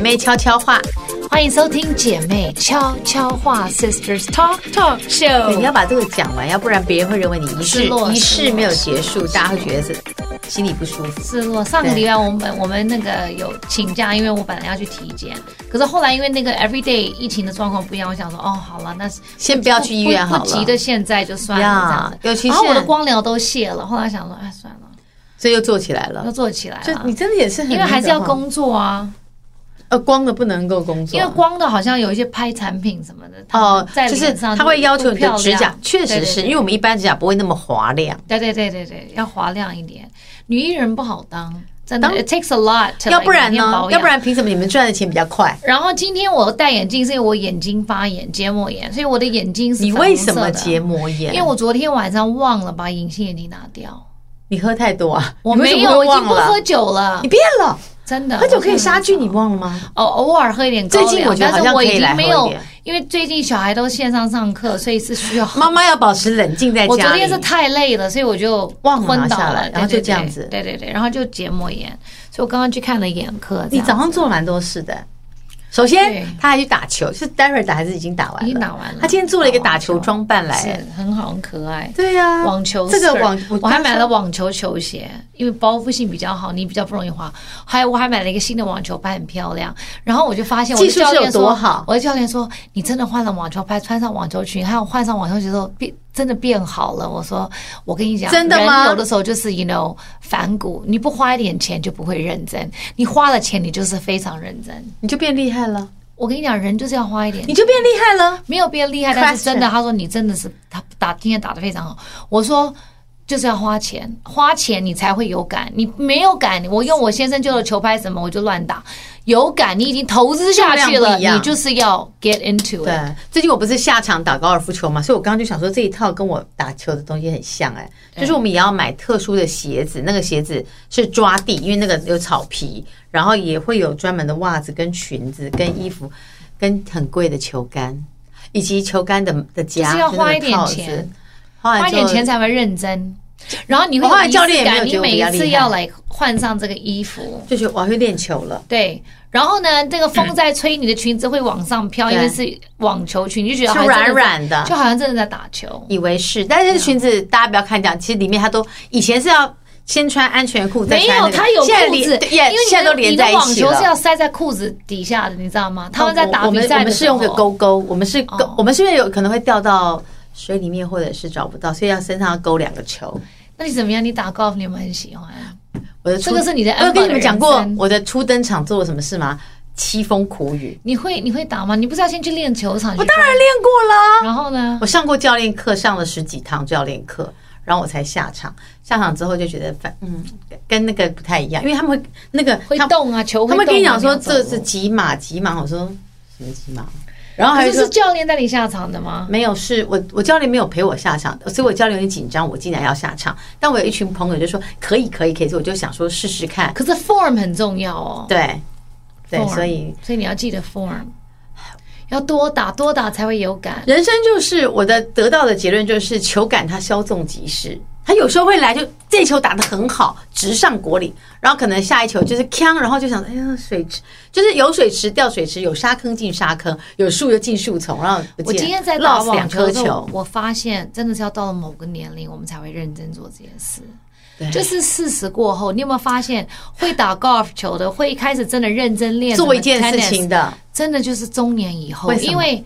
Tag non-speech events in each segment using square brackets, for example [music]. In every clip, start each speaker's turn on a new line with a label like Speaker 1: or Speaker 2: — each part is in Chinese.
Speaker 1: 妹悄悄话。
Speaker 2: 欢迎收听姐妹悄悄话 Sisters Talk Talk
Speaker 1: 对，你要
Speaker 2: Show。
Speaker 1: 把这个讲完，要不然别人会认为你仪式
Speaker 2: 失落
Speaker 1: 仪
Speaker 2: 失
Speaker 1: 式
Speaker 2: 落
Speaker 1: 没有结束，大家会觉得是心里不舒服。
Speaker 2: 是我上个礼拜我们我们那个有请假，因为我本来要去体检，可是后来因为那个 everyday 疫情的状况不一样，我想说哦，好了，那是
Speaker 1: 先不要去医院
Speaker 2: 不
Speaker 1: 好
Speaker 2: 不急
Speaker 1: 了，
Speaker 2: 的，现在就算了
Speaker 1: 呀
Speaker 2: 这样子。
Speaker 1: 尤其
Speaker 2: 然后我
Speaker 1: 现在
Speaker 2: 的光疗都卸了，后来想说，哎，算了，
Speaker 1: 所以又做起来
Speaker 2: 要
Speaker 1: 了。啊
Speaker 2: 做起来
Speaker 1: 就
Speaker 2: 了
Speaker 1: 哦你，真的也是很那
Speaker 2: 因
Speaker 1: 个
Speaker 2: 为
Speaker 1: 哈，
Speaker 2: 还是要工作啊。
Speaker 1: 呃光的不能够工作
Speaker 2: 因
Speaker 1: 啊，
Speaker 2: 为光的好像有一些拍产品什么的，他
Speaker 1: 哦
Speaker 2: 们在，
Speaker 1: 就是
Speaker 2: 脸上
Speaker 1: 他会要求你的
Speaker 2: 不
Speaker 1: 指
Speaker 2: 漂
Speaker 1: 甲
Speaker 2: 亮，
Speaker 1: 确实是因为我们一般指甲不会那么滑亮，
Speaker 2: 对对对对对，要滑亮一点。女艺人不好当，真的
Speaker 1: 当
Speaker 2: ，it takes a lot，to
Speaker 1: 要不然
Speaker 2: like 每天
Speaker 1: 呢
Speaker 2: 保？养
Speaker 1: 要不。然凭什么你们赚的钱比较快？
Speaker 2: 然后今天我戴眼镜，是因为我眼睛发炎、结膜炎，所以我的眼睛是
Speaker 1: 你
Speaker 2: 粉红
Speaker 1: 为什
Speaker 2: 色
Speaker 1: 么
Speaker 2: 的
Speaker 1: 结？膜
Speaker 2: 因
Speaker 1: 炎？
Speaker 2: 为我昨天晚上忘了把隐形眼镜拿掉，
Speaker 1: 你喝太多啊！
Speaker 2: 我
Speaker 1: 你为
Speaker 2: 没
Speaker 1: 什么
Speaker 2: 有，我
Speaker 1: 会
Speaker 2: 已经
Speaker 1: 忘
Speaker 2: 不
Speaker 1: 了
Speaker 2: 喝。酒了
Speaker 1: 你，变了，
Speaker 2: 真的。
Speaker 1: 喝酒可以
Speaker 2: 我真的
Speaker 1: 杀菌，你忘了吗？
Speaker 2: 哦，偶尔喝一点高
Speaker 1: 最近
Speaker 2: 粱
Speaker 1: 我觉得好
Speaker 2: 但是
Speaker 1: 像
Speaker 2: 我
Speaker 1: 可
Speaker 2: 已
Speaker 1: 以来
Speaker 2: 经
Speaker 1: 喝一
Speaker 2: 没有
Speaker 1: 点，
Speaker 2: 因为最近小孩都线上上课，所以是需要
Speaker 1: 妈妈要保持冷静在家
Speaker 2: 我
Speaker 1: 里。
Speaker 2: 昨天是太累了，所以我就
Speaker 1: 忘了
Speaker 2: 昏
Speaker 1: 拿
Speaker 2: 倒
Speaker 1: 下来
Speaker 2: 了，
Speaker 1: 然后就
Speaker 2: 对对对
Speaker 1: 这样子
Speaker 2: 对对对，然后就结膜炎，所以我刚刚去看了眼科。这
Speaker 1: 你
Speaker 2: 样
Speaker 1: 早上做蛮多事的。首先
Speaker 2: 对，
Speaker 1: 他还去打球，是待会儿打还是已经打完了？
Speaker 2: 已经打完了
Speaker 1: 他今天做了一个打球
Speaker 2: 打完球
Speaker 1: 装扮来，
Speaker 2: 是很好，很可爱。
Speaker 1: 对呀，
Speaker 2: 网球
Speaker 1: 啊这个
Speaker 2: skirt
Speaker 1: 网
Speaker 2: 我还买了网球球鞋，因为包覆性比较好，你比较不容易滑。还有我还买了一个新的网球拍，很漂亮。然后我就发现我的
Speaker 1: 技术
Speaker 2: 教练
Speaker 1: 是有
Speaker 2: 说
Speaker 1: 多好
Speaker 2: 我的教练说你真的换了网球拍，穿上网球裙，还有换上网球鞋之后变真的变好了。我说我跟你讲，
Speaker 1: 真的吗
Speaker 2: 人有的时候就是 you know 反骨，你不花一点钱就不会认真，你花了钱你就是非常认真。
Speaker 1: 你就变厉害了，
Speaker 2: 我跟你讲，人就是要花一点
Speaker 1: 你就变厉害了。
Speaker 2: 没有变厉害，但是真的，他说你真的是他打今天打得非常好。我说就是要花钱，花钱你才会有感，你没有感，我用我先生救的球拍什么我就乱打，有感你已经投资下去
Speaker 1: 重量
Speaker 2: 了，
Speaker 1: 不一样
Speaker 2: 你就是要 get into
Speaker 1: 对
Speaker 2: it。，
Speaker 1: 最近我不是下场打高尔夫球嘛，所以我刚刚就想说这一套跟我打球的东西很像哎、就是我们也要买特殊的鞋子，那个鞋子是抓地，因为那个有草皮，然后也会有专门的袜子、跟裙子、跟衣服、跟很贵的球杆，以及球杆的的夹，
Speaker 2: 就是要
Speaker 1: 那个
Speaker 2: 花一点
Speaker 1: 套子
Speaker 2: 钱，
Speaker 1: 花
Speaker 2: 花
Speaker 1: 完
Speaker 2: 一
Speaker 1: 之后
Speaker 2: 点钱才会认真，然后你会
Speaker 1: 我后来
Speaker 2: 有仪
Speaker 1: 教练也没
Speaker 2: 式
Speaker 1: 有觉得
Speaker 2: 感，你
Speaker 1: 我
Speaker 2: 每
Speaker 1: 比较
Speaker 2: 一
Speaker 1: 厉害
Speaker 2: 次要来换上这个衣服。
Speaker 1: 就觉得我要去练球了。
Speaker 2: 对，然后呢，这个风在吹，你的裙子会往上飘，因为
Speaker 1: 对
Speaker 2: 是网球裙，你就觉得
Speaker 1: 是
Speaker 2: 好像真在
Speaker 1: 软软的
Speaker 2: 就好像真的在打球。
Speaker 1: 以为是，但是裙子大家不要看这样，其实里面它都以前是要先穿安全裤，再
Speaker 2: 没
Speaker 1: 穿
Speaker 2: 有，
Speaker 1: 那个
Speaker 2: 它有裤
Speaker 1: 现在
Speaker 2: 子，因
Speaker 1: 连
Speaker 2: 为
Speaker 1: 对
Speaker 2: 你的
Speaker 1: ，yeah，现在都连在一
Speaker 2: 你
Speaker 1: 起
Speaker 2: 的网球是要
Speaker 1: 了。
Speaker 2: 塞在裤子底下的，你知道吗？他们在打
Speaker 1: 我
Speaker 2: 比
Speaker 1: 们我
Speaker 2: 赛的
Speaker 1: 们是
Speaker 2: 时候，
Speaker 1: 用个勾勾，我们是勾
Speaker 2: 哦，
Speaker 1: 我们是因为有可能会掉到水里面，或者是找不到，所以要身上要勾两个球。
Speaker 2: 那你怎么样？你打 golf 你有没有很喜欢？啊
Speaker 1: 我的初
Speaker 2: 这个是你的
Speaker 1: 我有跟你们讲过
Speaker 2: 安保的人生
Speaker 1: 我的初登场做了什么事吗？凄风苦雨，
Speaker 2: 你会你会打吗？你不是要先去练球场？
Speaker 1: 我当然。练过啦。
Speaker 2: 然后呢？
Speaker 1: 我上过教练课，上了十几堂教练课，然后我才下场。下场之后就觉得反嗯，跟那个不太一样，因为他们会那个
Speaker 2: 会
Speaker 1: 他
Speaker 2: 动啊，球
Speaker 1: 他
Speaker 2: 会动啊。
Speaker 1: 们跟你讲说
Speaker 2: 要走
Speaker 1: 这是几码几码，我说什么几码，然后还
Speaker 2: 啊可
Speaker 1: 有
Speaker 2: 是
Speaker 1: 说
Speaker 2: 是教练带你下场的吗？
Speaker 1: 没有，是我我教练没有陪我下场，所以我教练有点紧张，我竟然要下场。但我有一群朋友就说可以可以可以，所以我就想说试试看，
Speaker 2: 可是 form 很重要哦。
Speaker 1: 对对，
Speaker 2: form
Speaker 1: 所以
Speaker 2: 所以你要记得 form，要多打多打才会有感。
Speaker 1: 人生就是我的得到的结论就是球感它稍纵即逝，它有时候会来就这球打得很好，直上果岭，然后可能下一球就是锵，然后就想哎呀水池就是有水池掉水池，有沙坑进沙坑，有树就进树丛，然后不
Speaker 2: 我
Speaker 1: 见
Speaker 2: 今天在打
Speaker 1: lost
Speaker 2: 网
Speaker 1: 两
Speaker 2: 球
Speaker 1: 颗
Speaker 2: 的时候
Speaker 1: 球，，
Speaker 2: 我发现真的是要到了某个年龄，我们才会认真做这件事
Speaker 1: 对。
Speaker 2: 就是四十过后，你有没有发现，会打高尔夫球的，会开始真的认真练
Speaker 1: 做
Speaker 2: 什么
Speaker 1: 一件事
Speaker 2: tennis，
Speaker 1: 情的，
Speaker 2: 真的就是中年以后，
Speaker 1: 为什么
Speaker 2: 因为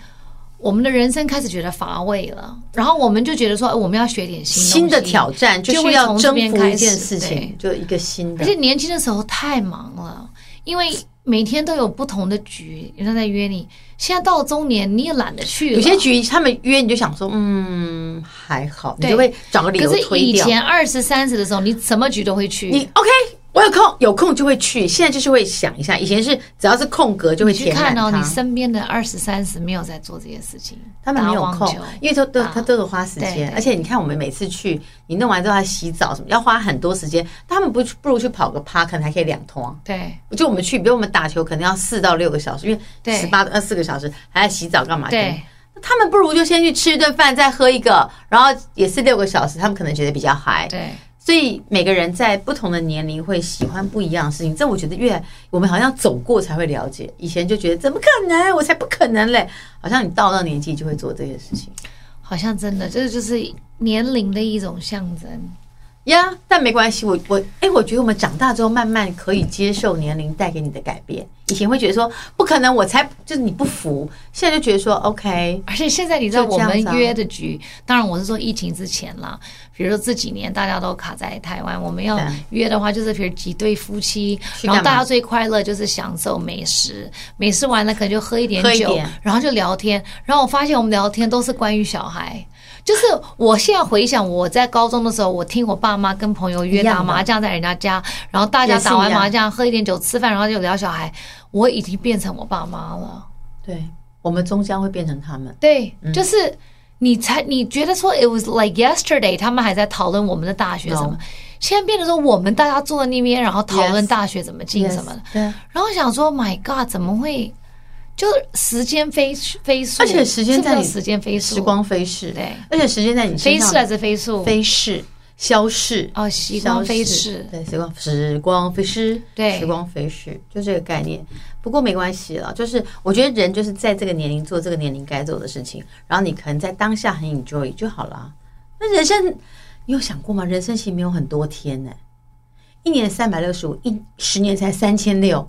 Speaker 2: 我们的人生开始觉得乏味了，然后我们就觉得说，哎我们要学点新
Speaker 1: 新的
Speaker 2: 东西
Speaker 1: 挑战就
Speaker 2: 就是会
Speaker 1: 要
Speaker 2: 从这
Speaker 1: 征
Speaker 2: 边
Speaker 1: 服
Speaker 2: 开
Speaker 1: 一件
Speaker 2: 始
Speaker 1: 事情，就一个新
Speaker 2: 而
Speaker 1: 的
Speaker 2: 且。年轻的时候太忙了，因为每天都有不同的局，人家在约你。现在到了中年，你也懒得去了。
Speaker 1: 有些局他们约你就想说，嗯，还好，你
Speaker 2: 对
Speaker 1: 就会找个理由
Speaker 2: 可是
Speaker 1: 推
Speaker 2: 以
Speaker 1: 掉。
Speaker 2: 前二十三十的时候，你什么局都会去。
Speaker 1: 你 OK，我有空有空就会去，现在就是会想一下。以前是只要是空格就会
Speaker 2: 你去
Speaker 1: 填满
Speaker 2: 看
Speaker 1: 它。
Speaker 2: 哦，你身边的二十三十没有在做这些事情，
Speaker 1: 他们没有
Speaker 2: 打网
Speaker 1: 空
Speaker 2: 球，
Speaker 1: 因为都都
Speaker 2: 打
Speaker 1: 他都有花时
Speaker 2: 对
Speaker 1: 间
Speaker 2: 对，
Speaker 1: 而且你看我们每次去，你弄完之后还洗澡什么，要花很多时间。他们不去不如去跑个趴，可能还可以两通啊。
Speaker 2: 对
Speaker 1: 就我们去，比如我们打球可能要四到六个小时，因为
Speaker 2: 对
Speaker 1: 十八呃二四个小时还要洗澡干嘛？
Speaker 2: 对。
Speaker 1: 他们不如就先去吃一顿饭，再喝一个，然后也是六个小时，他们可能觉得比较嗨。
Speaker 2: 对，
Speaker 1: 所以每个人在不同的年龄会喜欢不一样的事情，这我觉得越我们好像走过才会了解，以前就觉得怎么可能，我才不可能嘞，好像你到那年纪就会做这些事情
Speaker 2: 好像真的，这个就是年龄的一种象征。
Speaker 1: 呀。但没关系，我我哎，我觉得我们长大之后慢慢可以接受年龄带给你的改变，以前会觉得说不可能，我才就是你不服，现在就觉得说 OK，
Speaker 2: 而且现在你知道
Speaker 1: 就
Speaker 2: 我
Speaker 1: 这样
Speaker 2: 们
Speaker 1: 子啊
Speaker 2: 约的局，当然我是说疫情之前啦，比如说这几年大家都卡在台湾，我们要
Speaker 1: 对
Speaker 2: 约的话就是比如几对夫妻，
Speaker 1: 去
Speaker 2: 然
Speaker 1: 干嘛
Speaker 2: 后大家最快乐就是享受美食，美食完了可能就喝一点
Speaker 1: 喝一
Speaker 2: 酒，
Speaker 1: 点
Speaker 2: 然后就聊天，然后我发现我们聊天都是关于小孩。就是我现在回想，我在高中的时候，我听我爸妈跟朋友约
Speaker 1: 一样
Speaker 2: 打
Speaker 1: 的
Speaker 2: 麻将，在人家家，然后大
Speaker 1: 也
Speaker 2: 家
Speaker 1: 是
Speaker 2: 打完
Speaker 1: 一样
Speaker 2: 麻将喝一点酒吃饭，然后就聊小孩。我已经变成我爸妈了。
Speaker 1: 对我们终将会变成他们。
Speaker 2: 对，
Speaker 1: 嗯
Speaker 2: 就是你才你觉得说 it was like yesterday，他们还在讨论我们的大学什么
Speaker 1: No
Speaker 2: 现在变得说我们大家坐在那边，然后讨论
Speaker 1: Yes
Speaker 2: 大学怎么进什么的
Speaker 1: Yes，对啊
Speaker 2: 然后想说 my god，怎么会？就时间飞飞速，
Speaker 1: 而且时间在你
Speaker 2: 是不是时间飞速，
Speaker 1: 时光飞逝，
Speaker 2: 对
Speaker 1: 而且时间在你身
Speaker 2: 飞
Speaker 1: 上
Speaker 2: 逝还是飞速？
Speaker 1: 飞逝消逝
Speaker 2: 哦时光飞逝
Speaker 1: 消对，时光时光飞逝，
Speaker 2: 对
Speaker 1: 时光飞逝，就这个概念。不过没关系了，就是我觉得人就是在这个年龄做这个年龄该做的事情，然后你可能在当下很 enjoy 就好了。那人生，你有想过吗？人生其实没有很多天呢、一年三百六十五，一十年才三千六，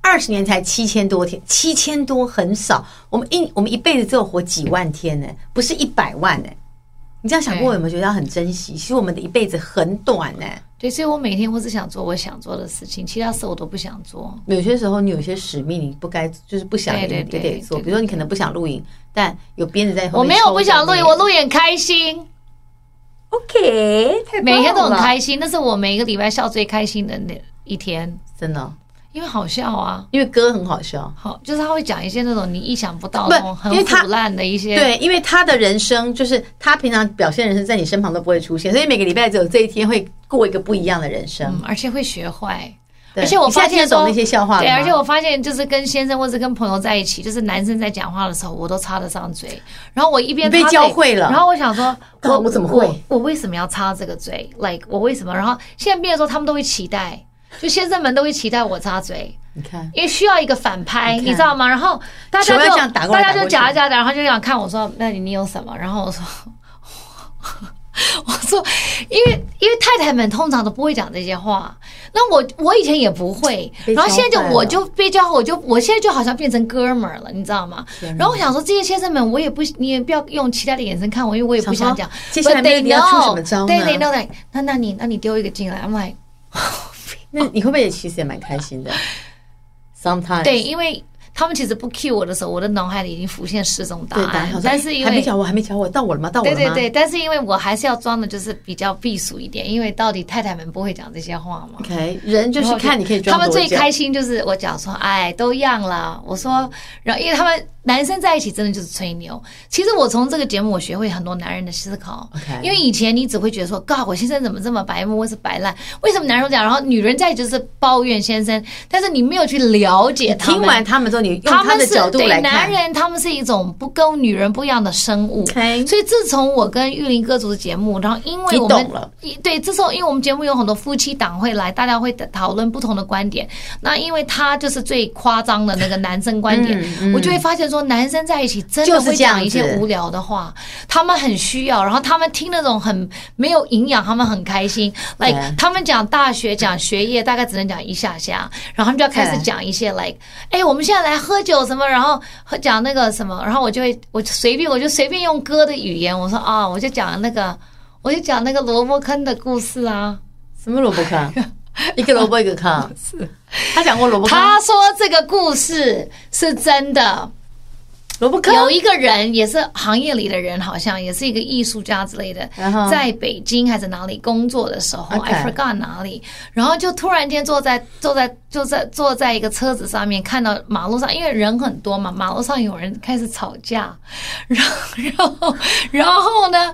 Speaker 1: 二十年才七千多天，七千多很少。我们一我们一辈子只有活几万天呢、不是一百万呢、你这样想过
Speaker 2: 对
Speaker 1: 有没有觉得很珍惜？其实我们的一辈子很短呢、
Speaker 2: 对，所以我每天我只想做我想做的事情，其他事我都不想做。
Speaker 1: 有些时候你有些使命，你不该就是不想
Speaker 2: 对
Speaker 1: 也
Speaker 2: 对
Speaker 1: 也
Speaker 2: 对
Speaker 1: 得做。
Speaker 2: 对对
Speaker 1: 比如说你可能不想露营，但有鞭子在后面。
Speaker 2: 我没有不想录影，我录影开心，
Speaker 1: OK，太棒了哎
Speaker 2: 每天都很，开心，那是我每一个礼拜笑最开心的那一天，
Speaker 1: 真的哦、
Speaker 2: 因为好笑啊。
Speaker 1: 因为歌很好笑。
Speaker 2: 好，就是他会讲一些那种你意想不到、
Speaker 1: 不
Speaker 2: 那种很
Speaker 1: 因为他
Speaker 2: 腐烂的一些。
Speaker 1: 对，因为他的人生就是他平常表现的人生在你身旁都不会出现，所以每个礼拜只有这一天会过一个不一样的人生。
Speaker 2: 嗯，而且会学坏。
Speaker 1: 对
Speaker 2: 而且我
Speaker 1: 你现
Speaker 2: 发
Speaker 1: 在听
Speaker 2: 现
Speaker 1: 得懂
Speaker 2: 说
Speaker 1: 那些笑话了
Speaker 2: 对，
Speaker 1: 吗
Speaker 2: 而且我发现就是跟先生或者跟朋友在一起，就是男生在讲话的时候，我都插得上嘴。然后我一边
Speaker 1: 你被
Speaker 2: 插嘴
Speaker 1: 教会了
Speaker 2: 然后我想说，
Speaker 1: 干
Speaker 2: 我
Speaker 1: 我怎么会
Speaker 2: 我？我为什么要插这个嘴？like 我为什么？然后现在变的时候，他们都会期待，就先生们都会期待我插嘴。
Speaker 1: 你看，
Speaker 2: 因为需要一个反
Speaker 1: 嗯
Speaker 2: 拍，
Speaker 1: 看
Speaker 2: 你知道吗？然后大家
Speaker 1: 球
Speaker 2: 就
Speaker 1: 要这样打过
Speaker 2: 大
Speaker 1: 来
Speaker 2: 家
Speaker 1: 打
Speaker 2: 就
Speaker 1: 过去
Speaker 2: 夹一夹，然后就这样看我说：“那你你有什么？”然后我说：“ [laughs] 我说，因为因为太太们通常都不会讲这些话，那我我以前也不会，
Speaker 1: 被
Speaker 2: 然后现在
Speaker 1: 教坏
Speaker 2: 就
Speaker 1: 了
Speaker 2: 我就被教，我就我现在就好像变成哥们儿了，你知道吗？
Speaker 1: 天哪
Speaker 2: 然后我想说，这些先生们，我也不你也不要用期待的眼神看我，因为我也不想讲。
Speaker 1: 想说接下来
Speaker 2: But they
Speaker 1: maybe 要出
Speaker 2: know，
Speaker 1: 什么招呢
Speaker 2: 对，they know that。那那你那你丢一个进来，I'm like。
Speaker 1: 那你会不会也其实也蛮开心的？Sometimes
Speaker 2: 对，因为他们其实不 cue 我的时候，我的脑海里已经浮现十种答
Speaker 1: 对，大家想
Speaker 2: 案
Speaker 1: 说，
Speaker 2: 但是因
Speaker 1: 还没
Speaker 2: 为
Speaker 1: 讲我，还没讲我，到我了吗？到我
Speaker 2: 对
Speaker 1: 了吗？
Speaker 2: 对对，但是因为我还是要装的，就是比较避暑一点，因为到底太太们不会讲这些话嘛。
Speaker 1: OK，人就是看你可以
Speaker 2: 他
Speaker 1: 装
Speaker 2: 们
Speaker 1: 多
Speaker 2: 最
Speaker 1: 久。
Speaker 2: 开心就是我讲说，哎，都一样啦。我说，然后因为他们男生在一起真的就是吹牛。其实我从这个节目我学会很多男人的思考
Speaker 1: OK
Speaker 2: 因为以前你只会觉得说，God，我先生怎么这么白目，或是白烂？为什么男人都这样？然后女人在一起就是抱怨先生，但是你没有去了解他们。
Speaker 1: 听完他们之后，你用
Speaker 2: 他们
Speaker 1: 的
Speaker 2: 是
Speaker 1: 角度
Speaker 2: 对
Speaker 1: 来
Speaker 2: 男
Speaker 1: 看，
Speaker 2: 人，他们是一种不跟女人不一样的生物。
Speaker 1: OK
Speaker 2: 所以自从我跟玉林哥组的节目，然后因为
Speaker 1: 你
Speaker 2: 我们
Speaker 1: 懂了
Speaker 2: 对，自从因为我们节目有很多夫妻档会来，大家会讨论不同的观点。那因为他就是最夸张的那个男生观点，
Speaker 1: 嗯
Speaker 2: 我就会发现说，男生在一起真
Speaker 1: 就
Speaker 2: 的
Speaker 1: 是
Speaker 2: 会
Speaker 1: 这样
Speaker 2: 讲一些
Speaker 1: 子
Speaker 2: 无聊的话，他们很需要，然后他们听那种很没有营养，他们很开心。like
Speaker 1: 对
Speaker 2: 他们讲大学、讲学业，大概只能讲一下下，然后他们就要开始
Speaker 1: 对
Speaker 2: 讲一些 like，哎，我们现在来喝酒什么，然后喝讲那个什么，然后我就会我就随便我就随便用歌的语言，我说啊，我就讲那个，我就讲那个萝卜坑的故事啊。
Speaker 1: 什么萝卜糠，一个萝卜一个糠。 [laughs] 是，他讲过萝卜糠，
Speaker 2: 他说这个故事是真的，
Speaker 1: 萝卜糠
Speaker 2: 有一个人也是行业里的人，好像也是一个艺术家之类的
Speaker 1: 然后，
Speaker 2: 在北京还是哪里工作的时候
Speaker 1: 嗯 OK
Speaker 2: i forgot 哪里，然后就突然间坐在坐在就在坐在一个车子上面，看到马路上，因为人很多嘛， [laughs] 马路上有人开始吵架，然后然后然后呢？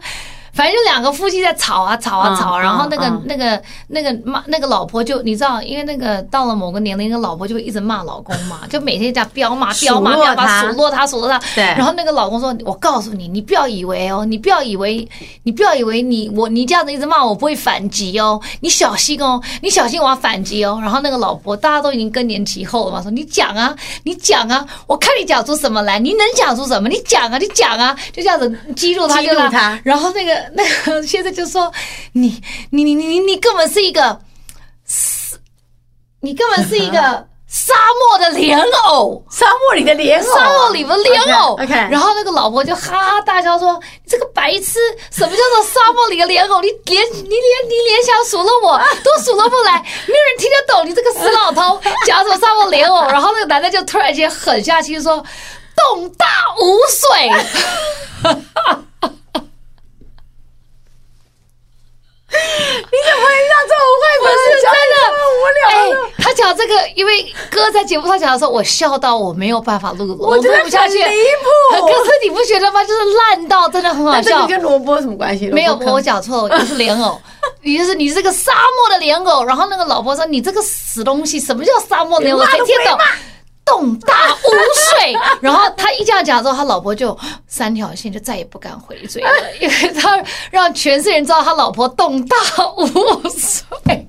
Speaker 2: 反正就两个夫妻在吵啊吵啊吵，
Speaker 1: 嗯
Speaker 2: 然后那个、
Speaker 1: 嗯
Speaker 2: 那个那个妈那个老婆就你知道，因为那个到了某个年龄，那个老婆就会一直骂老公嘛，就每天这样彪骂彪骂
Speaker 1: 数落
Speaker 2: 彪骂，
Speaker 1: 他
Speaker 2: 数落他数落他。
Speaker 1: 对
Speaker 2: 然后那个老公说：“我告诉你，你不要以为哦，你不要以为你不要以为你我你这样子一直骂我不会反击哦，你小心哦，你小心我要反击哦。”然后那个老婆大家都已经更年期后了嘛，说：“你讲啊，你讲啊，我看你讲出什么来，你能讲出什么？你讲啊，你讲啊，就这样子激怒他，
Speaker 1: 激怒
Speaker 2: 就让
Speaker 1: 他
Speaker 2: 然后那个那个先生就说：“你你你你你你根本是一个，你根本是
Speaker 1: [laughs]
Speaker 2: 一个沙漠的莲藕。”
Speaker 1: 沙漠里的莲藕，
Speaker 2: 沙漠里的莲藕。
Speaker 1: OK，,
Speaker 2: 然后那个老婆就哈哈大笑说：“你这个白痴，什么叫做沙漠里的莲藕？你连你连你连想数
Speaker 1: [laughs]
Speaker 2: 落我都数落不来，没有人听得懂你这个死老头讲什么沙漠莲藕。”然后那个男的就突然间狠下去说：“洞大无水。”
Speaker 1: [laughs] 你怎么会让这种坏
Speaker 2: 我是真的
Speaker 1: 真
Speaker 2: 哎、他讲这个，因为哥在节目上讲的时候，我笑到我没有办法录了，
Speaker 1: 我
Speaker 2: 录
Speaker 1: 觉得
Speaker 2: 不下去。
Speaker 1: 很离谱
Speaker 2: 可是你不觉得吗？就是烂到真的很好
Speaker 1: 那这
Speaker 2: 笑
Speaker 1: 个。跟萝卜有什么关系？
Speaker 2: 没有，
Speaker 1: 萝卜
Speaker 2: 我
Speaker 1: 坑
Speaker 2: 讲错了，就是莲 [laughs] 藕，你就是你这个沙漠的莲藕。然后那个老婆说：“你这个死东西，什么叫沙漠莲藕？
Speaker 1: 你骂
Speaker 2: 谁
Speaker 1: 都
Speaker 2: 听
Speaker 1: 不会
Speaker 2: [laughs] 懂？洞大无水。”然后他一这样讲之后，他老婆就三条线，就再也不敢回嘴了，因为他让全世界人知道他老婆洞大无水。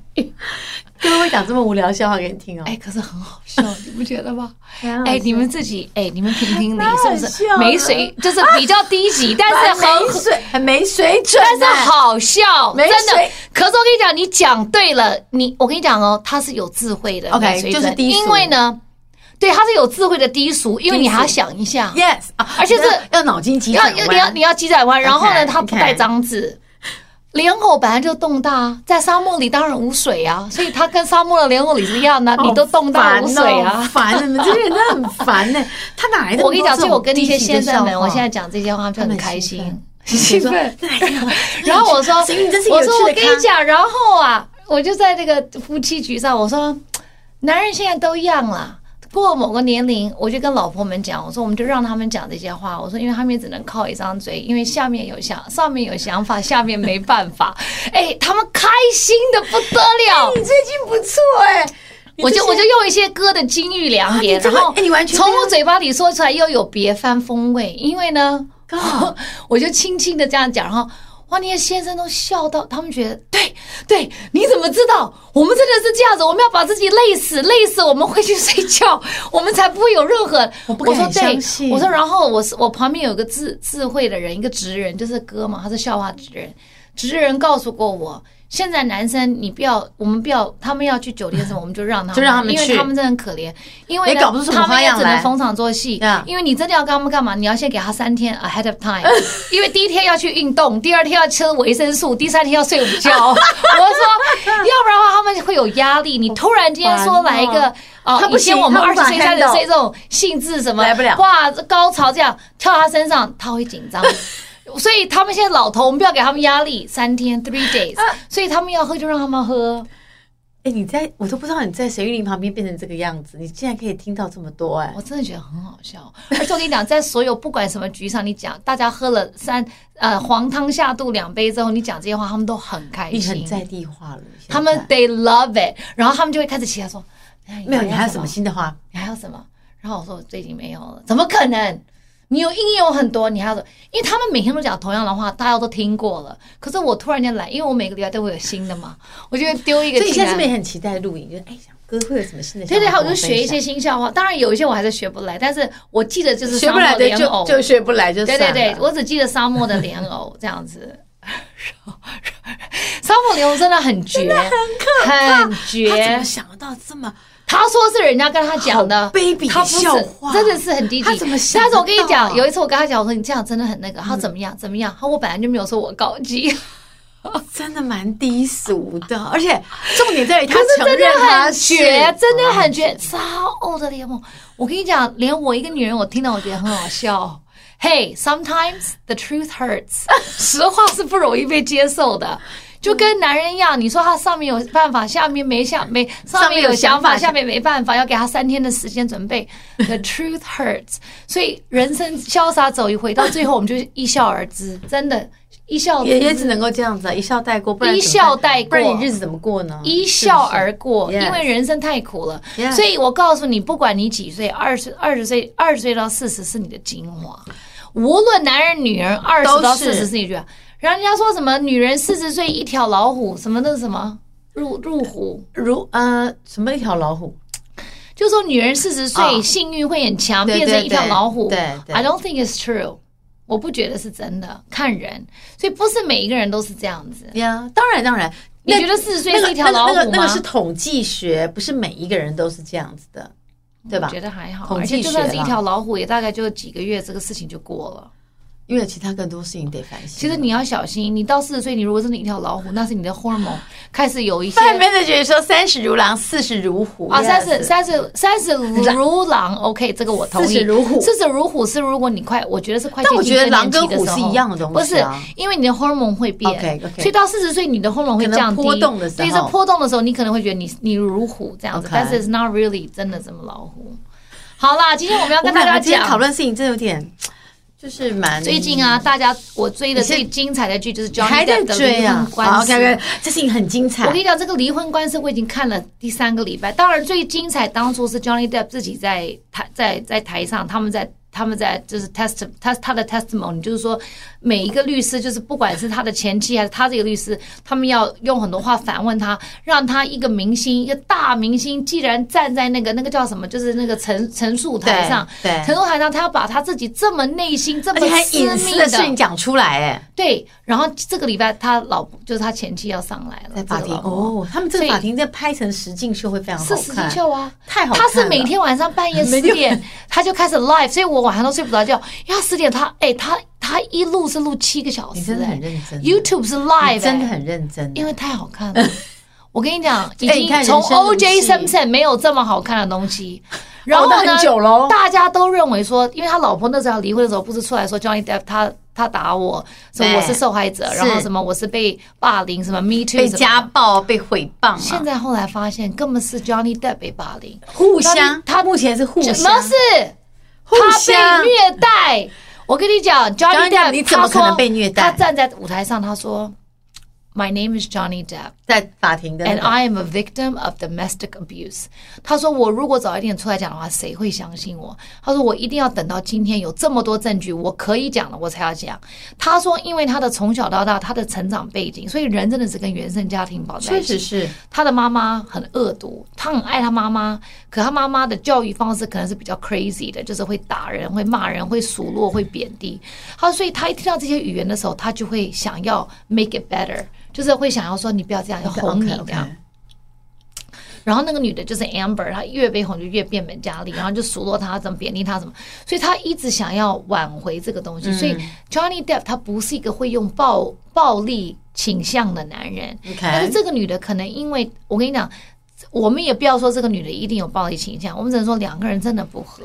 Speaker 1: 各位讲这么无聊笑话给你听哦。
Speaker 2: 哎，可是很好笑，你不觉得 [laughs] 吗？
Speaker 1: 很好笑
Speaker 2: 哎，你们自己，哎，你们评评理
Speaker 1: 太好
Speaker 2: 是不是
Speaker 1: 笑了
Speaker 2: 没 [laughs] 水，就是比较低级，但
Speaker 1: 还
Speaker 2: 是很
Speaker 1: 没水，还没水准
Speaker 2: 但
Speaker 1: 呢，
Speaker 2: 是好笑，
Speaker 1: 啊没
Speaker 2: 真的
Speaker 1: 水。
Speaker 2: 可是我跟你讲，你讲对了，你我跟你讲哦，他是有智慧的
Speaker 1: OK，
Speaker 2: 水准
Speaker 1: 就是低俗
Speaker 2: 因为呢，对，他是有智慧的低俗，因为
Speaker 1: 低俗
Speaker 2: 你还要想一下，
Speaker 1: Yes，啊
Speaker 2: 而且是
Speaker 1: 要要脑筋急
Speaker 2: 要
Speaker 1: 转
Speaker 2: 要
Speaker 1: 弯，
Speaker 2: 你要你要鸡仔湾，然后呢，
Speaker 1: OK，
Speaker 2: 他不
Speaker 1: OK
Speaker 2: 带脏字。莲藕本来就冻大啊，在沙漠里当然无水啊，所以它跟沙漠的莲藕里是一样的啊，
Speaker 1: 哦
Speaker 2: 你都冻大无水啊。
Speaker 1: 好烦哦，烦你们这些人真的很烦呢。他哪来的？
Speaker 2: 我跟你讲，所以我跟那些先生们，我现在
Speaker 1: [laughs] 在
Speaker 2: 讲这些话就很开心。
Speaker 1: 兴
Speaker 2: [laughs]
Speaker 1: 奋，
Speaker 2: 然后我说，
Speaker 1: 行，你真是
Speaker 2: 我
Speaker 1: 有趣
Speaker 2: 说我
Speaker 1: 的
Speaker 2: 跟你
Speaker 1: 咖
Speaker 2: 讲，然后啊，我就在那个夫妻局上，我说男人现在都一样啦。过了某个年龄，我就跟老婆们讲，我说我们就让他们讲这些话，我说因为他们也只能靠一张嘴，因为下面有想，上面有想法，下面没办法。 [laughs] 哎，他们开心的不得了，
Speaker 1: 你最近不错
Speaker 2: [laughs]
Speaker 1: 哎，你
Speaker 2: 我
Speaker 1: 最
Speaker 2: 就
Speaker 1: 近
Speaker 2: 我就用一些歌的金玉良言，
Speaker 1: 啊你这
Speaker 2: 然
Speaker 1: 个
Speaker 2: 后
Speaker 1: 哎你完全
Speaker 2: 从
Speaker 1: 对啊
Speaker 2: 我嘴巴里说出来，又有别番风味。因为呢，
Speaker 1: God
Speaker 2: [laughs] 我就轻轻的这样讲，然后哇，那些先生都笑到，他们觉得对对，你怎么知道？我们真的是这样子，我们要把自己累死，累死，我们回去睡觉， [laughs] 我们才不会有任何。我
Speaker 1: 不敢
Speaker 2: 说
Speaker 1: 相
Speaker 2: 对，
Speaker 1: 信
Speaker 2: 我说然后我是我旁边有个智智慧的人，一个职人，就是哥嘛，他是笑话职人。职人告诉过我，现在男生你不要，我们不要，他们要去酒店什
Speaker 1: [laughs]
Speaker 2: 么，我们就让他们，
Speaker 1: 就让他们
Speaker 2: 因为
Speaker 1: 去
Speaker 2: 他们真的很可怜，因为
Speaker 1: 也
Speaker 2: 呢
Speaker 1: 搞不出什么
Speaker 2: 他们
Speaker 1: 花
Speaker 2: 也
Speaker 1: 样
Speaker 2: 只能
Speaker 1: 来
Speaker 2: 逢场作戏
Speaker 1: Yeah，
Speaker 2: 因为你真的要跟他们干嘛，你要先给他三天 ahead of time，因为 [laughs] 第一天要去运动，第二天要吃维生素，第三天要睡午觉。
Speaker 1: [laughs]
Speaker 2: 我说，要不然的话他们会有压力。你突然间说
Speaker 1: 好烦哦
Speaker 2: 来一个。哦，
Speaker 1: 他不
Speaker 2: 以前
Speaker 1: 行
Speaker 2: 我们
Speaker 1: 他
Speaker 2: 二
Speaker 1: 无
Speaker 2: 十
Speaker 1: 法
Speaker 2: 岁、三十
Speaker 1: handle
Speaker 2: 岁这种性质什么
Speaker 1: 来不了
Speaker 2: 哇高潮这样跳他身上，他会紧
Speaker 1: [laughs]
Speaker 2: 张。所以他们现在老头，我们不要给他们压力，三天 three days，所以
Speaker 1: 啊
Speaker 2: 他们要喝就让他们喝。
Speaker 1: 哎，你在我都不知道你在沈玉玲旁边变成这个样子，你竟然可以听到这么多哎
Speaker 2: 我，真的觉得很好笑，而且我跟你讲，在所有不管什么局上，你讲大家喝了三呃黄汤下肚两杯之后，你讲这些话，他们都很开
Speaker 1: 你
Speaker 2: 心，
Speaker 1: 很在地化了。现在
Speaker 2: 他们 they love it，然后他们就会开始起来说，哎
Speaker 1: 没有？你还有什么？新的话？
Speaker 2: 你还有什么？然后我说我最近没有了，怎么可能？你有应有很多，你还有什么，因为他们每天都讲同样的话，大家都听过了。可是我突然间来，因为我每个礼拜都会有新的嘛，我就会丢一个
Speaker 1: 所以你
Speaker 2: 进
Speaker 1: 现在
Speaker 2: 来。
Speaker 1: 是不是也很期待录影？就是哎，想哥会有什么新的想
Speaker 2: 啊对
Speaker 1: 法跟分
Speaker 2: 对，还
Speaker 1: 享？
Speaker 2: 有就学一些新笑话，当然有一些我还是学不来，但是我记得就是
Speaker 1: 学不来
Speaker 2: 沙漠
Speaker 1: 的
Speaker 2: 莲
Speaker 1: 就
Speaker 2: 藕
Speaker 1: 就学不来就
Speaker 2: 对
Speaker 1: 算
Speaker 2: 对
Speaker 1: 了。
Speaker 2: 对，我只记得沙漠的莲藕这样子。 [laughs] 沙漠莲藕真的很绝，很
Speaker 1: 他怎
Speaker 2: 绝
Speaker 1: 么。想得到这么？
Speaker 2: 他说是人家跟他讲的
Speaker 1: 好卑鄙的
Speaker 2: 他不是
Speaker 1: 笑话
Speaker 2: 真的是很低级。
Speaker 1: 他怎么想得
Speaker 2: 但是
Speaker 1: 到啊
Speaker 2: 我跟你讲，有一次我跟他讲，我说你这样真的很那个。他怎么样怎么样？他说我本来就没有说我高级，
Speaker 1: 真的蛮低俗的，而且重点在于他
Speaker 2: 可是
Speaker 1: 承
Speaker 2: 真
Speaker 1: 认
Speaker 2: 的
Speaker 1: 他
Speaker 2: 很
Speaker 1: 是哦
Speaker 2: 绝，啊真的很绝，超欧的联盟。我跟你讲，连我一个女人，我听到我觉得很好笑。Hey, sometimes the truth hurts，实 [laughs] 话是不容易被接受的。就跟男人一样，你说他上面有办法，下面没想没上
Speaker 1: 上
Speaker 2: 面
Speaker 1: 面
Speaker 2: 有
Speaker 1: 有
Speaker 2: 想
Speaker 1: 想
Speaker 2: 法，
Speaker 1: 法
Speaker 2: 下面没办法，要给他三天的时间准备。The truth [laughs] hurts，所以人生潇洒走一回，到最后我们就一笑而之，真的。一笑
Speaker 1: 也也只能够这样子啊，一笑带过，不然
Speaker 2: 一
Speaker 1: 怎么办
Speaker 2: 笑带
Speaker 1: 不然
Speaker 2: 过
Speaker 1: 你日子怎么过呢？
Speaker 2: 一
Speaker 1: 是
Speaker 2: 笑
Speaker 1: 不是
Speaker 2: 而过，
Speaker 1: Yes
Speaker 2: 因为人生太苦了。
Speaker 1: Yes
Speaker 2: 所以我告诉你，不管你几岁，二十二十岁，二十岁到四十是你的精华。无论男人女人，二
Speaker 1: 都
Speaker 2: 十
Speaker 1: 是
Speaker 2: 到四十是你的精华。然后人家说什么女人四十岁一条老虎，什么那个什么入入虎，
Speaker 1: 如呃什么一条老虎，
Speaker 2: 就说女人四十岁
Speaker 1: 哦
Speaker 2: 性欲会很强，
Speaker 1: 对
Speaker 2: 变成一条
Speaker 1: 对
Speaker 2: 老虎。
Speaker 1: 对对
Speaker 2: I don't think it's true，我不觉得是真的，看人，所以不是每一个人都是这样子。
Speaker 1: 呀，当然当然，
Speaker 2: 你
Speaker 1: 那
Speaker 2: 觉得四十岁
Speaker 1: 那
Speaker 2: 是
Speaker 1: 个
Speaker 2: 一条老虎
Speaker 1: 那
Speaker 2: 吗？
Speaker 1: 个那个那个是统计学，不是每一个人都是这样子的，对吧
Speaker 2: 我觉？得还好，
Speaker 1: 统
Speaker 2: 而
Speaker 1: 计
Speaker 2: 且就算
Speaker 1: 学
Speaker 2: 是一
Speaker 1: 啦
Speaker 2: 条老虎，也大概就几个月，这个事情就过了。
Speaker 1: 因为有其他更多事情得反省。
Speaker 2: 其实你要小心，你到四十岁，你如果真的一条老虎，那是你的荷尔蒙开始有一些
Speaker 1: 范 manager 说三十如狼，四十如虎
Speaker 2: 啊，
Speaker 1: yes
Speaker 2: 三十三十三十如狼，OK，这个我同意。
Speaker 1: 40如虎
Speaker 2: 四十如虎是如果你快，我觉得是快接
Speaker 1: 但我
Speaker 2: 近
Speaker 1: 觉得
Speaker 2: 更年
Speaker 1: 狼跟
Speaker 2: 期的
Speaker 1: 虎
Speaker 2: 时
Speaker 1: 是
Speaker 2: 候
Speaker 1: 一样的东
Speaker 2: 不是
Speaker 1: 西啊。，
Speaker 2: 因为你的荷尔蒙会变
Speaker 1: OK，OK
Speaker 2: 所以到四十岁你的荷尔蒙会
Speaker 1: 可能
Speaker 2: 降低，
Speaker 1: 波动的时候
Speaker 2: 所以说波动的时候，你可能会觉得你你如虎这样子
Speaker 1: OK
Speaker 2: 但是 it's not really 真的这么老虎。好啦，今天我们要
Speaker 1: 我
Speaker 2: 跟
Speaker 1: 们
Speaker 2: 大
Speaker 1: 两
Speaker 2: 家
Speaker 1: 个今天
Speaker 2: 讲
Speaker 1: 讨论事情真的有点，就是蛮
Speaker 2: 最近啊，大家我追
Speaker 1: 嗯
Speaker 2: 的
Speaker 1: 你是
Speaker 2: 最精彩的剧就是
Speaker 1: 你
Speaker 2: Johnny
Speaker 1: 还在
Speaker 2: Depp 的
Speaker 1: 追
Speaker 2: 离
Speaker 1: 啊
Speaker 2: 婚官司。
Speaker 1: OK OK，这事情很精彩
Speaker 2: 我跟。你讲，这个离婚官司我已经看了第三个礼拜。当然，最精彩当初是 Johnny Depp 自己在台在在台上，他们在他们在就是 test 他他的 testimony，就是说每一个律师，就是不管是他的前妻还是他这个律师，他们要用很多话反问他，让他一个明星，一个大明星，既然站在那个那个叫什么，就是那个陈陈述台上，
Speaker 1: 对对
Speaker 2: 陈述台上，他要把他自己这么内心这
Speaker 1: 而
Speaker 2: 么
Speaker 1: 且还
Speaker 2: 私
Speaker 1: 隐
Speaker 2: 密
Speaker 1: 私的事情讲出来，哎，
Speaker 2: 对，然后这个礼拜他老婆就是他前妻要上来了，
Speaker 1: 在法
Speaker 2: 这个
Speaker 1: 庭
Speaker 2: 老婆
Speaker 1: 哦，他们这个
Speaker 2: 所以
Speaker 1: 法庭在拍成实境秀会非常好
Speaker 2: 是
Speaker 1: 看。
Speaker 2: 实境秀啊，
Speaker 1: 太好看
Speaker 2: 他
Speaker 1: 了
Speaker 2: 是每天晚上半夜十
Speaker 1: 每天 [laughs]
Speaker 2: 点他就开始 live，所以我晚上都睡不着觉。因为他十点他哎、他他一录是录七个小时、哎
Speaker 1: 你真的很认真
Speaker 2: YouTube 是 live，、哎
Speaker 1: 你真的，很认真，
Speaker 2: 因为太好
Speaker 1: [laughs]
Speaker 2: 看了。我跟你讲，已
Speaker 1: 哎你
Speaker 2: 经
Speaker 1: 看
Speaker 2: 从
Speaker 1: 人生如
Speaker 2: O.J.
Speaker 1: 戏
Speaker 2: Simpson 没有这么好看的东
Speaker 1: [laughs]
Speaker 2: 西。然后
Speaker 1: 熬得
Speaker 2: 呢，
Speaker 1: 很久咯
Speaker 2: 大家都认为说，因为他老婆那时候要离婚的时候，不是出来说 Johnny Depp 他他打我，说
Speaker 1: 对
Speaker 2: 我是受害者，
Speaker 1: 是
Speaker 2: 然后什么我是被霸凌，什么 Me Too，
Speaker 1: 被
Speaker 2: 什么
Speaker 1: 家暴、被诽谤
Speaker 2: 现
Speaker 1: 啊，
Speaker 2: 在后来发现，根本是 Johnny Depp 被霸凌，
Speaker 1: 互相，
Speaker 2: 他
Speaker 1: 他目前是互相，
Speaker 2: 什么是？
Speaker 1: 互
Speaker 2: 他
Speaker 1: 相
Speaker 2: 被虐待。我跟你讲
Speaker 1: Johnny
Speaker 2: ，Johnny
Speaker 1: Depp，
Speaker 2: Depp，
Speaker 1: 你怎么
Speaker 2: 他说
Speaker 1: 可能被虐待
Speaker 2: 他站在舞台上，他说：“My name is Johnny Depp。”
Speaker 1: 在法庭的那
Speaker 2: And
Speaker 1: 个
Speaker 2: I am a victim of domestic abuse。他说我如果早一点出来讲的话，谁会相信我？他说我一定要等到今天有这么多证据，我可以讲了，我才要讲。他说，因为他的从小到大，他的成长背景，所以人真的是跟原生家庭绑在一
Speaker 1: 确
Speaker 2: 起。
Speaker 1: 实是
Speaker 2: 他的妈妈很恶毒，他很爱他妈妈，可他妈妈的教育方式可能是比较 crazy 的，就是会打人、会骂人、会数落、会贬低。他所以他一听到这些语言的时候，他就会想要 make it better，就是会想要说你不要这样，要哄你
Speaker 1: OK，OK
Speaker 2: 这样。然后那个女的就是 Amber，她越被哄就越变本加厉，然后就数落她，怎么贬低她，怎么，所以她一直想要挽回这个东
Speaker 1: 嗯
Speaker 2: 西。所以 Johnny Depp 他不是一个会用暴暴力倾向的男人
Speaker 1: OK
Speaker 2: 但是这个女的可能因为我跟你讲，我们也不要说这个女的一定有暴力倾向，我们只能说两个人真的不合。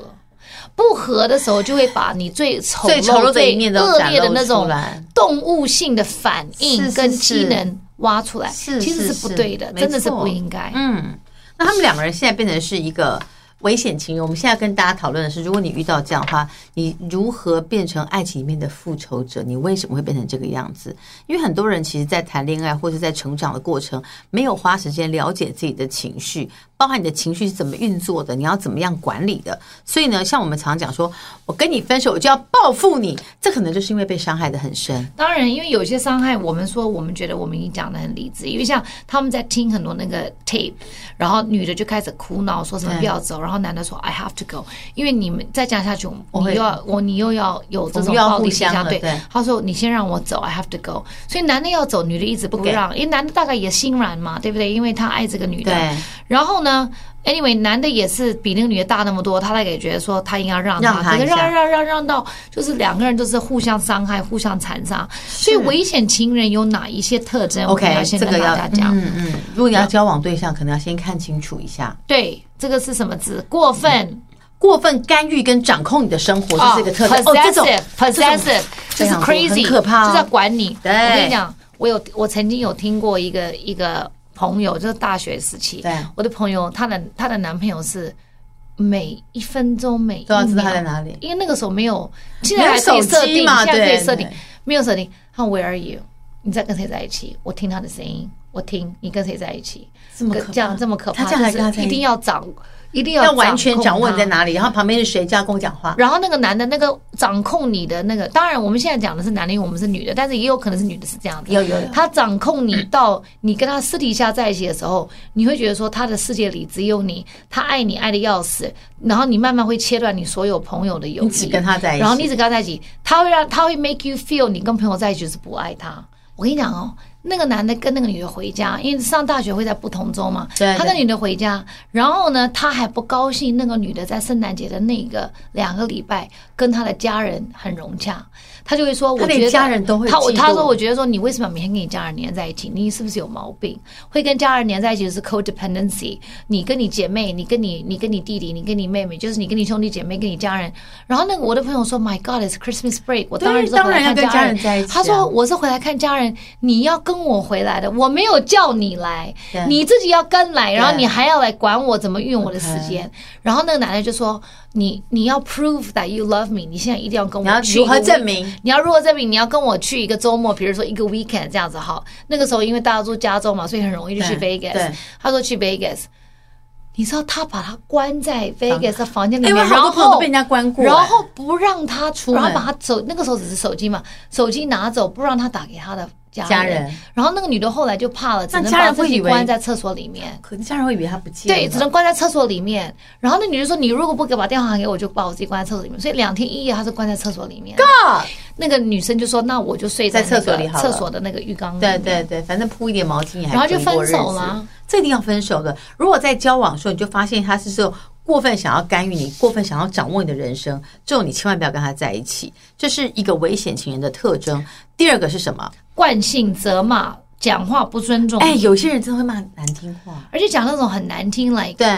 Speaker 2: 不合的时候，就会把你最丑
Speaker 1: 最丑
Speaker 2: 陋、
Speaker 1: 陋的
Speaker 2: 最
Speaker 1: 一面都
Speaker 2: 恶劣
Speaker 1: 展
Speaker 2: 的
Speaker 1: 露
Speaker 2: 那
Speaker 1: 出
Speaker 2: 种
Speaker 1: 来
Speaker 2: 动物性的反
Speaker 1: 是
Speaker 2: 应
Speaker 1: 是
Speaker 2: 跟
Speaker 1: 是
Speaker 2: 机能挖出来，
Speaker 1: 是
Speaker 2: 其实
Speaker 1: 是
Speaker 2: 是不
Speaker 1: 是
Speaker 2: 对的，
Speaker 1: 没
Speaker 2: 真的是
Speaker 1: 错
Speaker 2: 不应该。
Speaker 1: 嗯，那他们两个人现在变成是一个危险情人。我们现在跟大家讨论的是，如果你遇到这样的话，你如何变成爱情里面的复仇者？你为什么会变成这个样子？因为很多人其实，在谈恋爱或者在成长的过程，没有花时间了解自己的情绪，包含你的情绪是怎么运作的，你要怎么样管理的。所以呢，像我们常讲说，我跟你分手，我就要报复你，这可能就是因为被伤害的很深。
Speaker 2: 当然，因为有些伤害，我们说我们觉得我们已经讲的很理智，因为像他们在听很多那个 tape，然后女的就开始哭闹，说什么
Speaker 1: 对
Speaker 2: 不要走，然后男的说 I have to go，因为你们再讲下去，我
Speaker 1: 我
Speaker 2: 们
Speaker 1: 会
Speaker 2: 又要我你又要有这
Speaker 1: 我
Speaker 2: 种
Speaker 1: 们又要
Speaker 2: 暴力
Speaker 1: 互
Speaker 2: 倾
Speaker 1: 相
Speaker 2: 向，
Speaker 1: 了
Speaker 2: 对
Speaker 1: 对，
Speaker 2: 他说你先让我走，I have to go，所以男的要走，女的一直不
Speaker 1: 给
Speaker 2: 让，因为男的大概也心软嘛，对不对？因为他爱这个女的
Speaker 1: 对，
Speaker 2: 然后呢，anyway，男的也是比那个女的大那么多，他大概也觉得说他应该让
Speaker 1: 让他
Speaker 2: 他可是
Speaker 1: 一下
Speaker 2: 让让让让到，就是两个人都是互相伤害、互相残杀。所以危险情人有哪一些特征我们
Speaker 1: OK，
Speaker 2: 要先
Speaker 1: 这
Speaker 2: 跟
Speaker 1: 个要
Speaker 2: 大家讲。
Speaker 1: 嗯嗯，如果你要交往对象，可能要先看清楚一下。
Speaker 2: 对，这个是什么字？过分
Speaker 1: 过分干预跟掌控你的生活，这是一个特征。哦，这种
Speaker 2: possessive，possessive，就
Speaker 1: 非
Speaker 2: 是
Speaker 1: 常多很
Speaker 2: crazy，
Speaker 1: 可怕哦
Speaker 2: 就是要管你。
Speaker 1: 对
Speaker 2: 我跟你讲，我有我曾经有听过一个一个朋友，就是大学时期，
Speaker 1: 对
Speaker 2: 我的朋友，她的她的男朋友是。每一分钟每一
Speaker 1: 都要
Speaker 2: 秒
Speaker 1: 知道他在哪里
Speaker 2: 因为那个时候没有，竟
Speaker 1: 没
Speaker 2: 然
Speaker 1: 有
Speaker 2: 还可以
Speaker 1: 手
Speaker 2: 设
Speaker 1: 机
Speaker 2: 定，
Speaker 1: 嘛
Speaker 2: 现在可以
Speaker 1: 对
Speaker 2: 设定
Speaker 1: 对，
Speaker 2: 没有设定。他 Where are you？你在跟谁在一起？我听他的声音，我听你跟谁在一起，
Speaker 1: 这么可怕
Speaker 2: 这样这么可怕，
Speaker 1: 他这样还跟他
Speaker 2: 就是
Speaker 1: 在一
Speaker 2: 一
Speaker 1: 起
Speaker 2: 定要掌，一定
Speaker 1: 要
Speaker 2: 要
Speaker 1: 完全掌握你在
Speaker 2: 哪。
Speaker 1: 哪里，然后旁边是谁，就要跟我讲话。
Speaker 2: 然后那个男的，那个掌控你的那个，当然我们现在讲的是男的，因为我们是女的，但是也有可能是女的是这样子。
Speaker 1: 有有有
Speaker 2: 他掌控你到你跟他私底下在一起的时候，你会觉得说他的世界里只有你，他爱你爱的要死，然后你慢慢会切断你所有朋友的友谊，
Speaker 1: 你只跟他在一起
Speaker 2: 然后你只跟他在一起，他会让他会 make you feel 你跟朋友在一起就是不爱他。我跟你讲哦。那个男的跟那个女的回家，因为上大学会在不同州嘛，
Speaker 1: 对对
Speaker 2: 他跟女的回家，然后呢，他还不高兴。那个女的在圣诞节的那个两个礼拜跟他的家人很融洽，他就会说：“
Speaker 1: 他
Speaker 2: 我
Speaker 1: 连
Speaker 2: 觉得
Speaker 1: 家人都会
Speaker 2: 他我
Speaker 1: 嫉妒
Speaker 2: 他说我觉得说你为什么每天跟你家人黏在一起？你是不是有毛病？会跟家人黏在一起就是 codependency。你跟你姐妹，你跟你你跟你弟弟，你跟你妹妹，就是你跟你兄弟姐妹，跟你家人。然后那个我的朋友说：My God, it's Christmas break。我
Speaker 1: 对
Speaker 2: 当然是回来
Speaker 1: 当
Speaker 2: 看
Speaker 1: 然要跟
Speaker 2: 家
Speaker 1: 家人在一起啊
Speaker 2: 他说我是回来看家人，你要跟我回来的，我没有叫你来
Speaker 1: 对，
Speaker 2: 你自己要跟来，然后
Speaker 1: 对
Speaker 2: 你还要来管我怎么运我的时间。然后那个奶奶就说：“你你要 prove that you love me，你现在一定要跟
Speaker 1: 你要
Speaker 2: 我去一
Speaker 1: 如何
Speaker 2: 个 week-
Speaker 1: 证明
Speaker 2: 你要如何证明？你要跟我去一个周末，比如说一个 weekend 这样子哈。那个时候因为大家住加州嘛，所以很容易就去
Speaker 1: 对
Speaker 2: Vegas
Speaker 1: 对。
Speaker 2: 他说去 Vegas，你知道他把他关在 Vegas 的房间里
Speaker 1: 哎
Speaker 2: 面，
Speaker 1: 我好
Speaker 2: 然
Speaker 1: 多朋友
Speaker 2: 后
Speaker 1: 都被人家关过
Speaker 2: 然
Speaker 1: 哎
Speaker 2: 后不让他出门，
Speaker 1: 出
Speaker 2: 然
Speaker 1: 门
Speaker 2: 后把他手那个时候只是手机嘛，手机拿走，不让他打给他的家
Speaker 1: 家
Speaker 2: 人
Speaker 1: 人。
Speaker 2: 然后那个女的后来就怕了，只
Speaker 1: 那
Speaker 2: 能
Speaker 1: 家
Speaker 2: 把
Speaker 1: 人
Speaker 2: 自
Speaker 1: 会
Speaker 2: 己
Speaker 1: 以为
Speaker 2: 关在厕所里面。
Speaker 1: 可能家人会以为他不见了，
Speaker 2: 对，只能关在厕所里面。然后那女的说：“你如果不给把电话喊给我，我就把我自己关在厕所里面。”所以两天一夜，她是关在厕所里面。
Speaker 1: 啊
Speaker 2: 那个女生就说：“那我就睡
Speaker 1: 在厕
Speaker 2: 那个
Speaker 1: 所里好了
Speaker 2: 厕所的那个浴缸里。”
Speaker 1: 对对，对，反正铺一点毛巾也还
Speaker 2: 然后就
Speaker 1: 可以过
Speaker 2: 分手
Speaker 1: 日子
Speaker 2: 啦。
Speaker 1: 这一定要分手的。如果在交往的时候你就发现他是这种过分想要干预你、过分想要掌握你的人生，这种你千万不要跟他在一起，这是一个危险情人的特征。第二个是什么？
Speaker 2: 惯性责骂，讲话不尊重，
Speaker 1: 哎，有些人真的会骂难听话，
Speaker 2: 而且讲那种很难听，like
Speaker 1: 对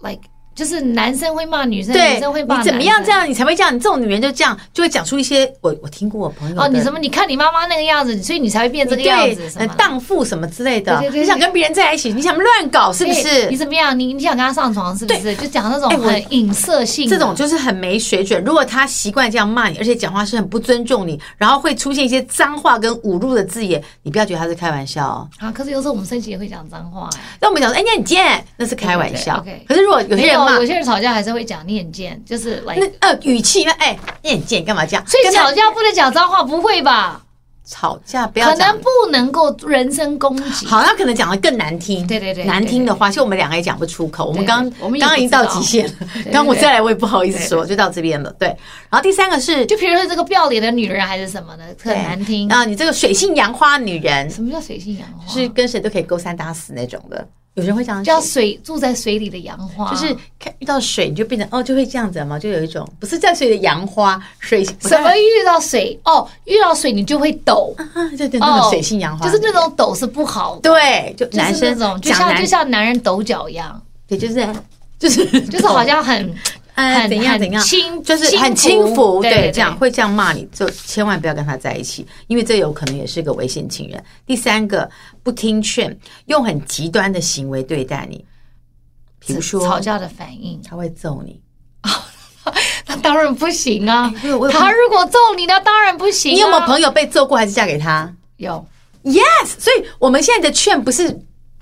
Speaker 2: like 就是男生会骂女生，
Speaker 1: 对，
Speaker 2: 女生会骂
Speaker 1: 你
Speaker 2: 男
Speaker 1: 怎
Speaker 2: 生。
Speaker 1: 么样这样你才会这样？你这种女人就这样就会讲出一些我我听过我朋友的
Speaker 2: 哦，你什么？你看你妈妈那个样子，所以你才会变这个样
Speaker 1: 对
Speaker 2: 子，什
Speaker 1: 呃
Speaker 2: 么的
Speaker 1: 荡妇什么之类的
Speaker 2: 对对，对
Speaker 1: 你想跟别人在一起，你想乱搞是不
Speaker 2: 对
Speaker 1: 是
Speaker 2: 哎你？怎么样？你你想跟他上床是不是？就讲那种
Speaker 1: 哎我
Speaker 2: 很影射性的，
Speaker 1: 这种就是很没水准。如果他习惯这样骂你，而且讲话是很不尊重你，然后会出现一些脏话跟侮辱的字眼，你不要觉得他是开玩笑哦。
Speaker 2: 啊。可是有时候我们生气也会讲脏话，哎
Speaker 1: 那我们讲说，哎，你很贱，那是开玩笑。
Speaker 2: 对对对，OK
Speaker 1: 可是如果有些人骂
Speaker 2: 没有，有些人吵架还是会讲你很贱，就是来，
Speaker 1: 那呃语气，哎，你很贱，干嘛这样？
Speaker 2: 所以
Speaker 1: 跟他
Speaker 2: 吵架不能讲脏话，不会吧？
Speaker 1: 吵架不要
Speaker 2: 可
Speaker 1: 讲
Speaker 2: 能不能够人身攻击。
Speaker 1: 好，那可能讲的更难听。
Speaker 2: 对对对
Speaker 1: 难听的话，其实我们两个也讲不出口。我们
Speaker 2: 对
Speaker 1: 刚
Speaker 2: 我们也
Speaker 1: 刚刚已经到
Speaker 2: 不知道
Speaker 1: 极限了
Speaker 2: 对，对
Speaker 1: 刚我
Speaker 2: 对
Speaker 1: 再来我也不好意思
Speaker 2: 对
Speaker 1: 说，就到这边了。对，然后第三个是
Speaker 2: 就比如说这个不要脸的女人还是什么的，很难听。
Speaker 1: 啊，你这个水性杨花女人，
Speaker 2: 什么叫水性杨花？
Speaker 1: 就是跟谁都可以勾三搭四那种的。有人会讲
Speaker 2: 叫水住在水里的杨花，
Speaker 1: 就是看遇到水你就变成哦，就会这样子嘛，就有一种不是在水里的杨花水
Speaker 2: 什么遇到水哦，遇到水你就会抖，
Speaker 1: 啊，对对， [laughs] 那
Speaker 2: 哦
Speaker 1: 种，水性杨花，
Speaker 2: 就是那种抖是不好的，
Speaker 1: 对，就
Speaker 2: 就是
Speaker 1: 男生
Speaker 2: 那种就
Speaker 1: 讲
Speaker 2: 像
Speaker 1: 男
Speaker 2: 就像男人抖脚一样，
Speaker 1: 对，就是 [laughs] 就是
Speaker 2: 就
Speaker 1: [laughs]
Speaker 2: 是好像很
Speaker 1: 嗯
Speaker 2: 很
Speaker 1: 怎样
Speaker 2: 很
Speaker 1: 怎样，
Speaker 2: 轻
Speaker 1: 就是很
Speaker 2: 轻
Speaker 1: 轻浮，
Speaker 2: 对
Speaker 1: 对，这样会这样骂你，就千万不要跟他在一起，因为这有可能也是个危险情人。第三个，不听劝，用很极端的行为对待你，比如说
Speaker 2: 吵架的反应，
Speaker 1: 他会揍你，
Speaker 2: 那当然不行啊
Speaker 1: 哎我有我。有
Speaker 2: 他如果揍你，那当然不行啊。
Speaker 1: 你有没有朋友被揍过还是嫁给他？
Speaker 2: 有？
Speaker 1: Yes，所以我们现在的劝不是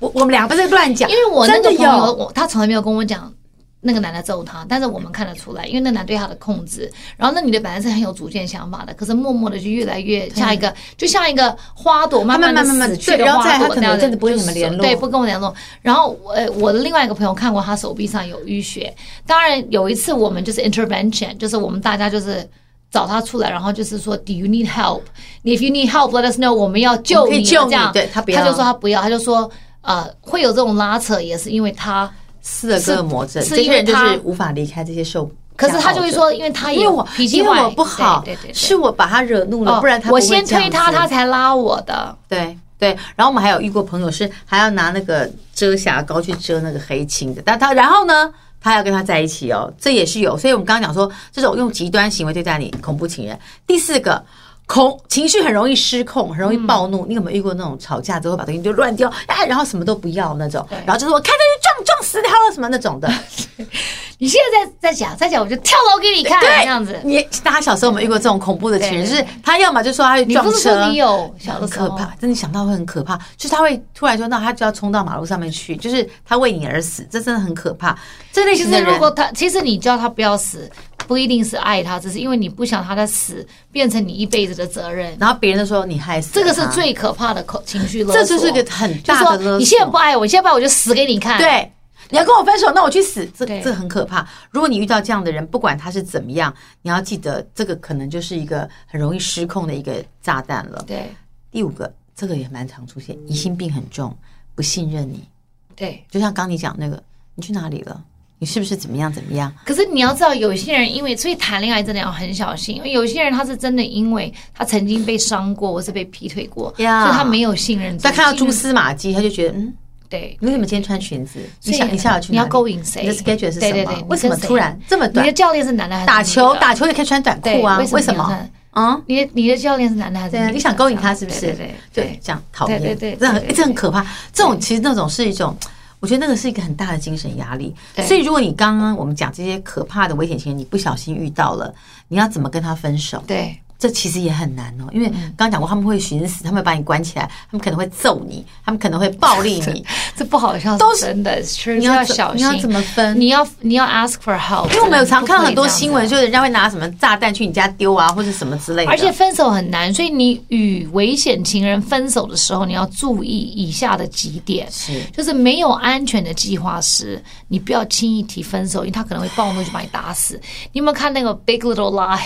Speaker 1: 我我们两个不是乱讲，
Speaker 2: 因为我那
Speaker 1: 真
Speaker 2: 个
Speaker 1: 的
Speaker 2: 朋友，
Speaker 1: 有
Speaker 2: 我他从来没有跟我讲那个男的揍他，但是我们看得出来，因为那男对他的控制。然后那女的本来是很有主见想法的，可是默默的就越来越像一个，就像一个花朵慢慢
Speaker 1: 慢嗯
Speaker 2: 的
Speaker 1: 慢慢慢
Speaker 2: 死去的
Speaker 1: 对然后
Speaker 2: 花
Speaker 1: 再来
Speaker 2: 朵
Speaker 1: 他可
Speaker 2: 那
Speaker 1: 能
Speaker 2: 样
Speaker 1: 真的不会
Speaker 2: 就
Speaker 1: 跟你们
Speaker 2: 死
Speaker 1: 联络
Speaker 2: 对，不跟我联络。然后我呃我的另外一个朋友看过他手臂上有淤血，当然有一次我们就是 intervention，就是我们大家就是。找他出来，然后就是说，Do you need help? If you need help, let us know。我们要救
Speaker 1: 我们可以
Speaker 2: 你，啊
Speaker 1: 救你
Speaker 2: 这样。
Speaker 1: 对他不要
Speaker 2: 就说他不要，他就说呃，会有这种拉扯，也是因为他，
Speaker 1: 斯德哥尔摩症，
Speaker 2: 是是
Speaker 1: 这
Speaker 2: 因
Speaker 1: 些
Speaker 2: 为
Speaker 1: 人就
Speaker 2: 他
Speaker 1: 是无法离开这些受。
Speaker 2: 可是他就会
Speaker 1: 家暴者，
Speaker 2: 说，因为他也
Speaker 1: 因为我
Speaker 2: 脾气
Speaker 1: 因为
Speaker 2: 坏，
Speaker 1: 我不好，
Speaker 2: 对对对对
Speaker 1: 是我把他惹怒了，
Speaker 2: 哦
Speaker 1: 不然他
Speaker 2: 我
Speaker 1: 不会
Speaker 2: 先
Speaker 1: 这样
Speaker 2: 推他，
Speaker 1: 子
Speaker 2: 他才拉我的。
Speaker 1: 对对。然后我们还有遇过朋友是还要拿那个遮瑕膏去遮那个黑青的，但他然后呢？他要跟他在一起哦，这也是有，所以我们刚刚讲说，这种用极端行为对待你恐怖情人。第四个，恐情绪很容易失控，很容易暴怒。你有没有遇过那种吵架之后把东西就乱丢，哎，然后什么都不要那种
Speaker 2: 对，
Speaker 1: 然后就是我开车去撞撞死他了什么那种的，
Speaker 2: 你现在在在讲，在讲我就跳楼给你看，这样子。
Speaker 1: 你大家小时候有没有遇过这种恐怖的情人？
Speaker 2: 对
Speaker 1: 就是他要么就说他会
Speaker 2: 你不
Speaker 1: 撞
Speaker 2: 是
Speaker 1: 车
Speaker 2: 说，你有小的
Speaker 1: 很
Speaker 2: 时
Speaker 1: 可
Speaker 2: 候
Speaker 1: 怕，真的想到会很可怕。就是他会突然说，那他就要冲到马路上面去，就是他为你而死，这真的很可怕。这类
Speaker 2: 其
Speaker 1: 型
Speaker 2: 实
Speaker 1: 的人，
Speaker 2: 如果他，其实你叫他不要死，不一定是爱他，只是因为你不想他的死变成你一辈子的责任。
Speaker 1: 然后别人都说你害死了
Speaker 2: 这个是
Speaker 1: 他，
Speaker 2: 最可怕的口情绪勒索，
Speaker 1: 这就是个很
Speaker 2: 就是
Speaker 1: 大的勒
Speaker 2: 说
Speaker 1: 索。
Speaker 2: 你现在不爱我，你现在不爱我就死给你看。，
Speaker 1: 对，你要跟我分手，那我去死，这
Speaker 2: 对
Speaker 1: 这很可怕。如果你遇到这样的人，不管他是怎么样，你要记得这个可能就是一个很容易失控的一个炸弹了。
Speaker 2: 对
Speaker 1: 第五个，这个也蛮常出现，疑心病很重，不信任你。
Speaker 2: 对。
Speaker 1: 就像刚你讲那个，你去哪里了？你是不是怎么样怎么样？
Speaker 2: 可是你要知道，有些人因为所以谈恋爱真的要很小心，因为有些人他是真的因为他曾经被伤过，或是被劈腿过
Speaker 1: 呀
Speaker 2: 所以他没有信任度。
Speaker 1: 他看到
Speaker 2: 信
Speaker 1: 蛛
Speaker 2: 任
Speaker 1: 丝马迹，他就觉得嗯，
Speaker 2: 对，
Speaker 1: 你为什么今天穿裙子？你
Speaker 2: 所以
Speaker 1: 想一下要去
Speaker 2: 你
Speaker 1: 哪
Speaker 2: 要
Speaker 1: 里
Speaker 2: 勾引谁？
Speaker 1: 你的 schedule 是什么？
Speaker 2: 对对对，你
Speaker 1: 为什么
Speaker 2: 跟谁
Speaker 1: 突然这么
Speaker 2: 你的
Speaker 1: 短？
Speaker 2: 教练是男的还是
Speaker 1: 打球
Speaker 2: 女的
Speaker 1: 打球也可以穿短
Speaker 2: 对
Speaker 1: 裤啊？为
Speaker 2: 为
Speaker 1: 什
Speaker 2: 你要
Speaker 1: 么？
Speaker 2: 穿
Speaker 1: 嗯，
Speaker 2: 你的你的教练是男的还是
Speaker 1: 对
Speaker 2: 女
Speaker 1: 啊，
Speaker 2: 的？
Speaker 1: 你想勾引他是不是？
Speaker 2: 对对
Speaker 1: 对
Speaker 2: 对，
Speaker 1: 这样讨厌，
Speaker 2: 对对对
Speaker 1: 这
Speaker 2: 对
Speaker 1: 很
Speaker 2: 对
Speaker 1: 这很可怕。这种其实那种是一种，我觉得那个是一个很大的精神压力。
Speaker 2: 对
Speaker 1: 所以如果你刚刚我们讲这些可怕的危险情人，你不小心遇到了，你要怎么跟他分手？
Speaker 2: 对
Speaker 1: 这其实也很难哦，因为
Speaker 2: 嗯
Speaker 1: 刚刚讲过，他们会寻死，他们会把你关起来，他们可能会揍你，他们可能会暴力
Speaker 2: [laughs]
Speaker 1: 你，
Speaker 2: 这不好笑，
Speaker 1: 都
Speaker 2: 都
Speaker 1: 是
Speaker 2: 是真的，是
Speaker 1: 你
Speaker 2: 要
Speaker 1: 怎
Speaker 2: 小
Speaker 1: 你
Speaker 2: 心。
Speaker 1: 要怎么分？
Speaker 2: 你要你要 ask for help，
Speaker 1: 因为我们有常看到
Speaker 2: 真的
Speaker 1: 很多
Speaker 2: 不可以
Speaker 1: 新闻，
Speaker 2: 这
Speaker 1: 就
Speaker 2: 样子啊
Speaker 1: 是人家会拿什么炸弹去你家丢啊，或者什么之类的。
Speaker 2: 而且分手很难，所以你与危险情人分手的时候，你要注意以下的几点。
Speaker 1: 是
Speaker 2: 就是没有安全的计划时，你不要轻易提分手，因为他可能会暴怒就把你打死。你有没有看那个《Big Little Lie》？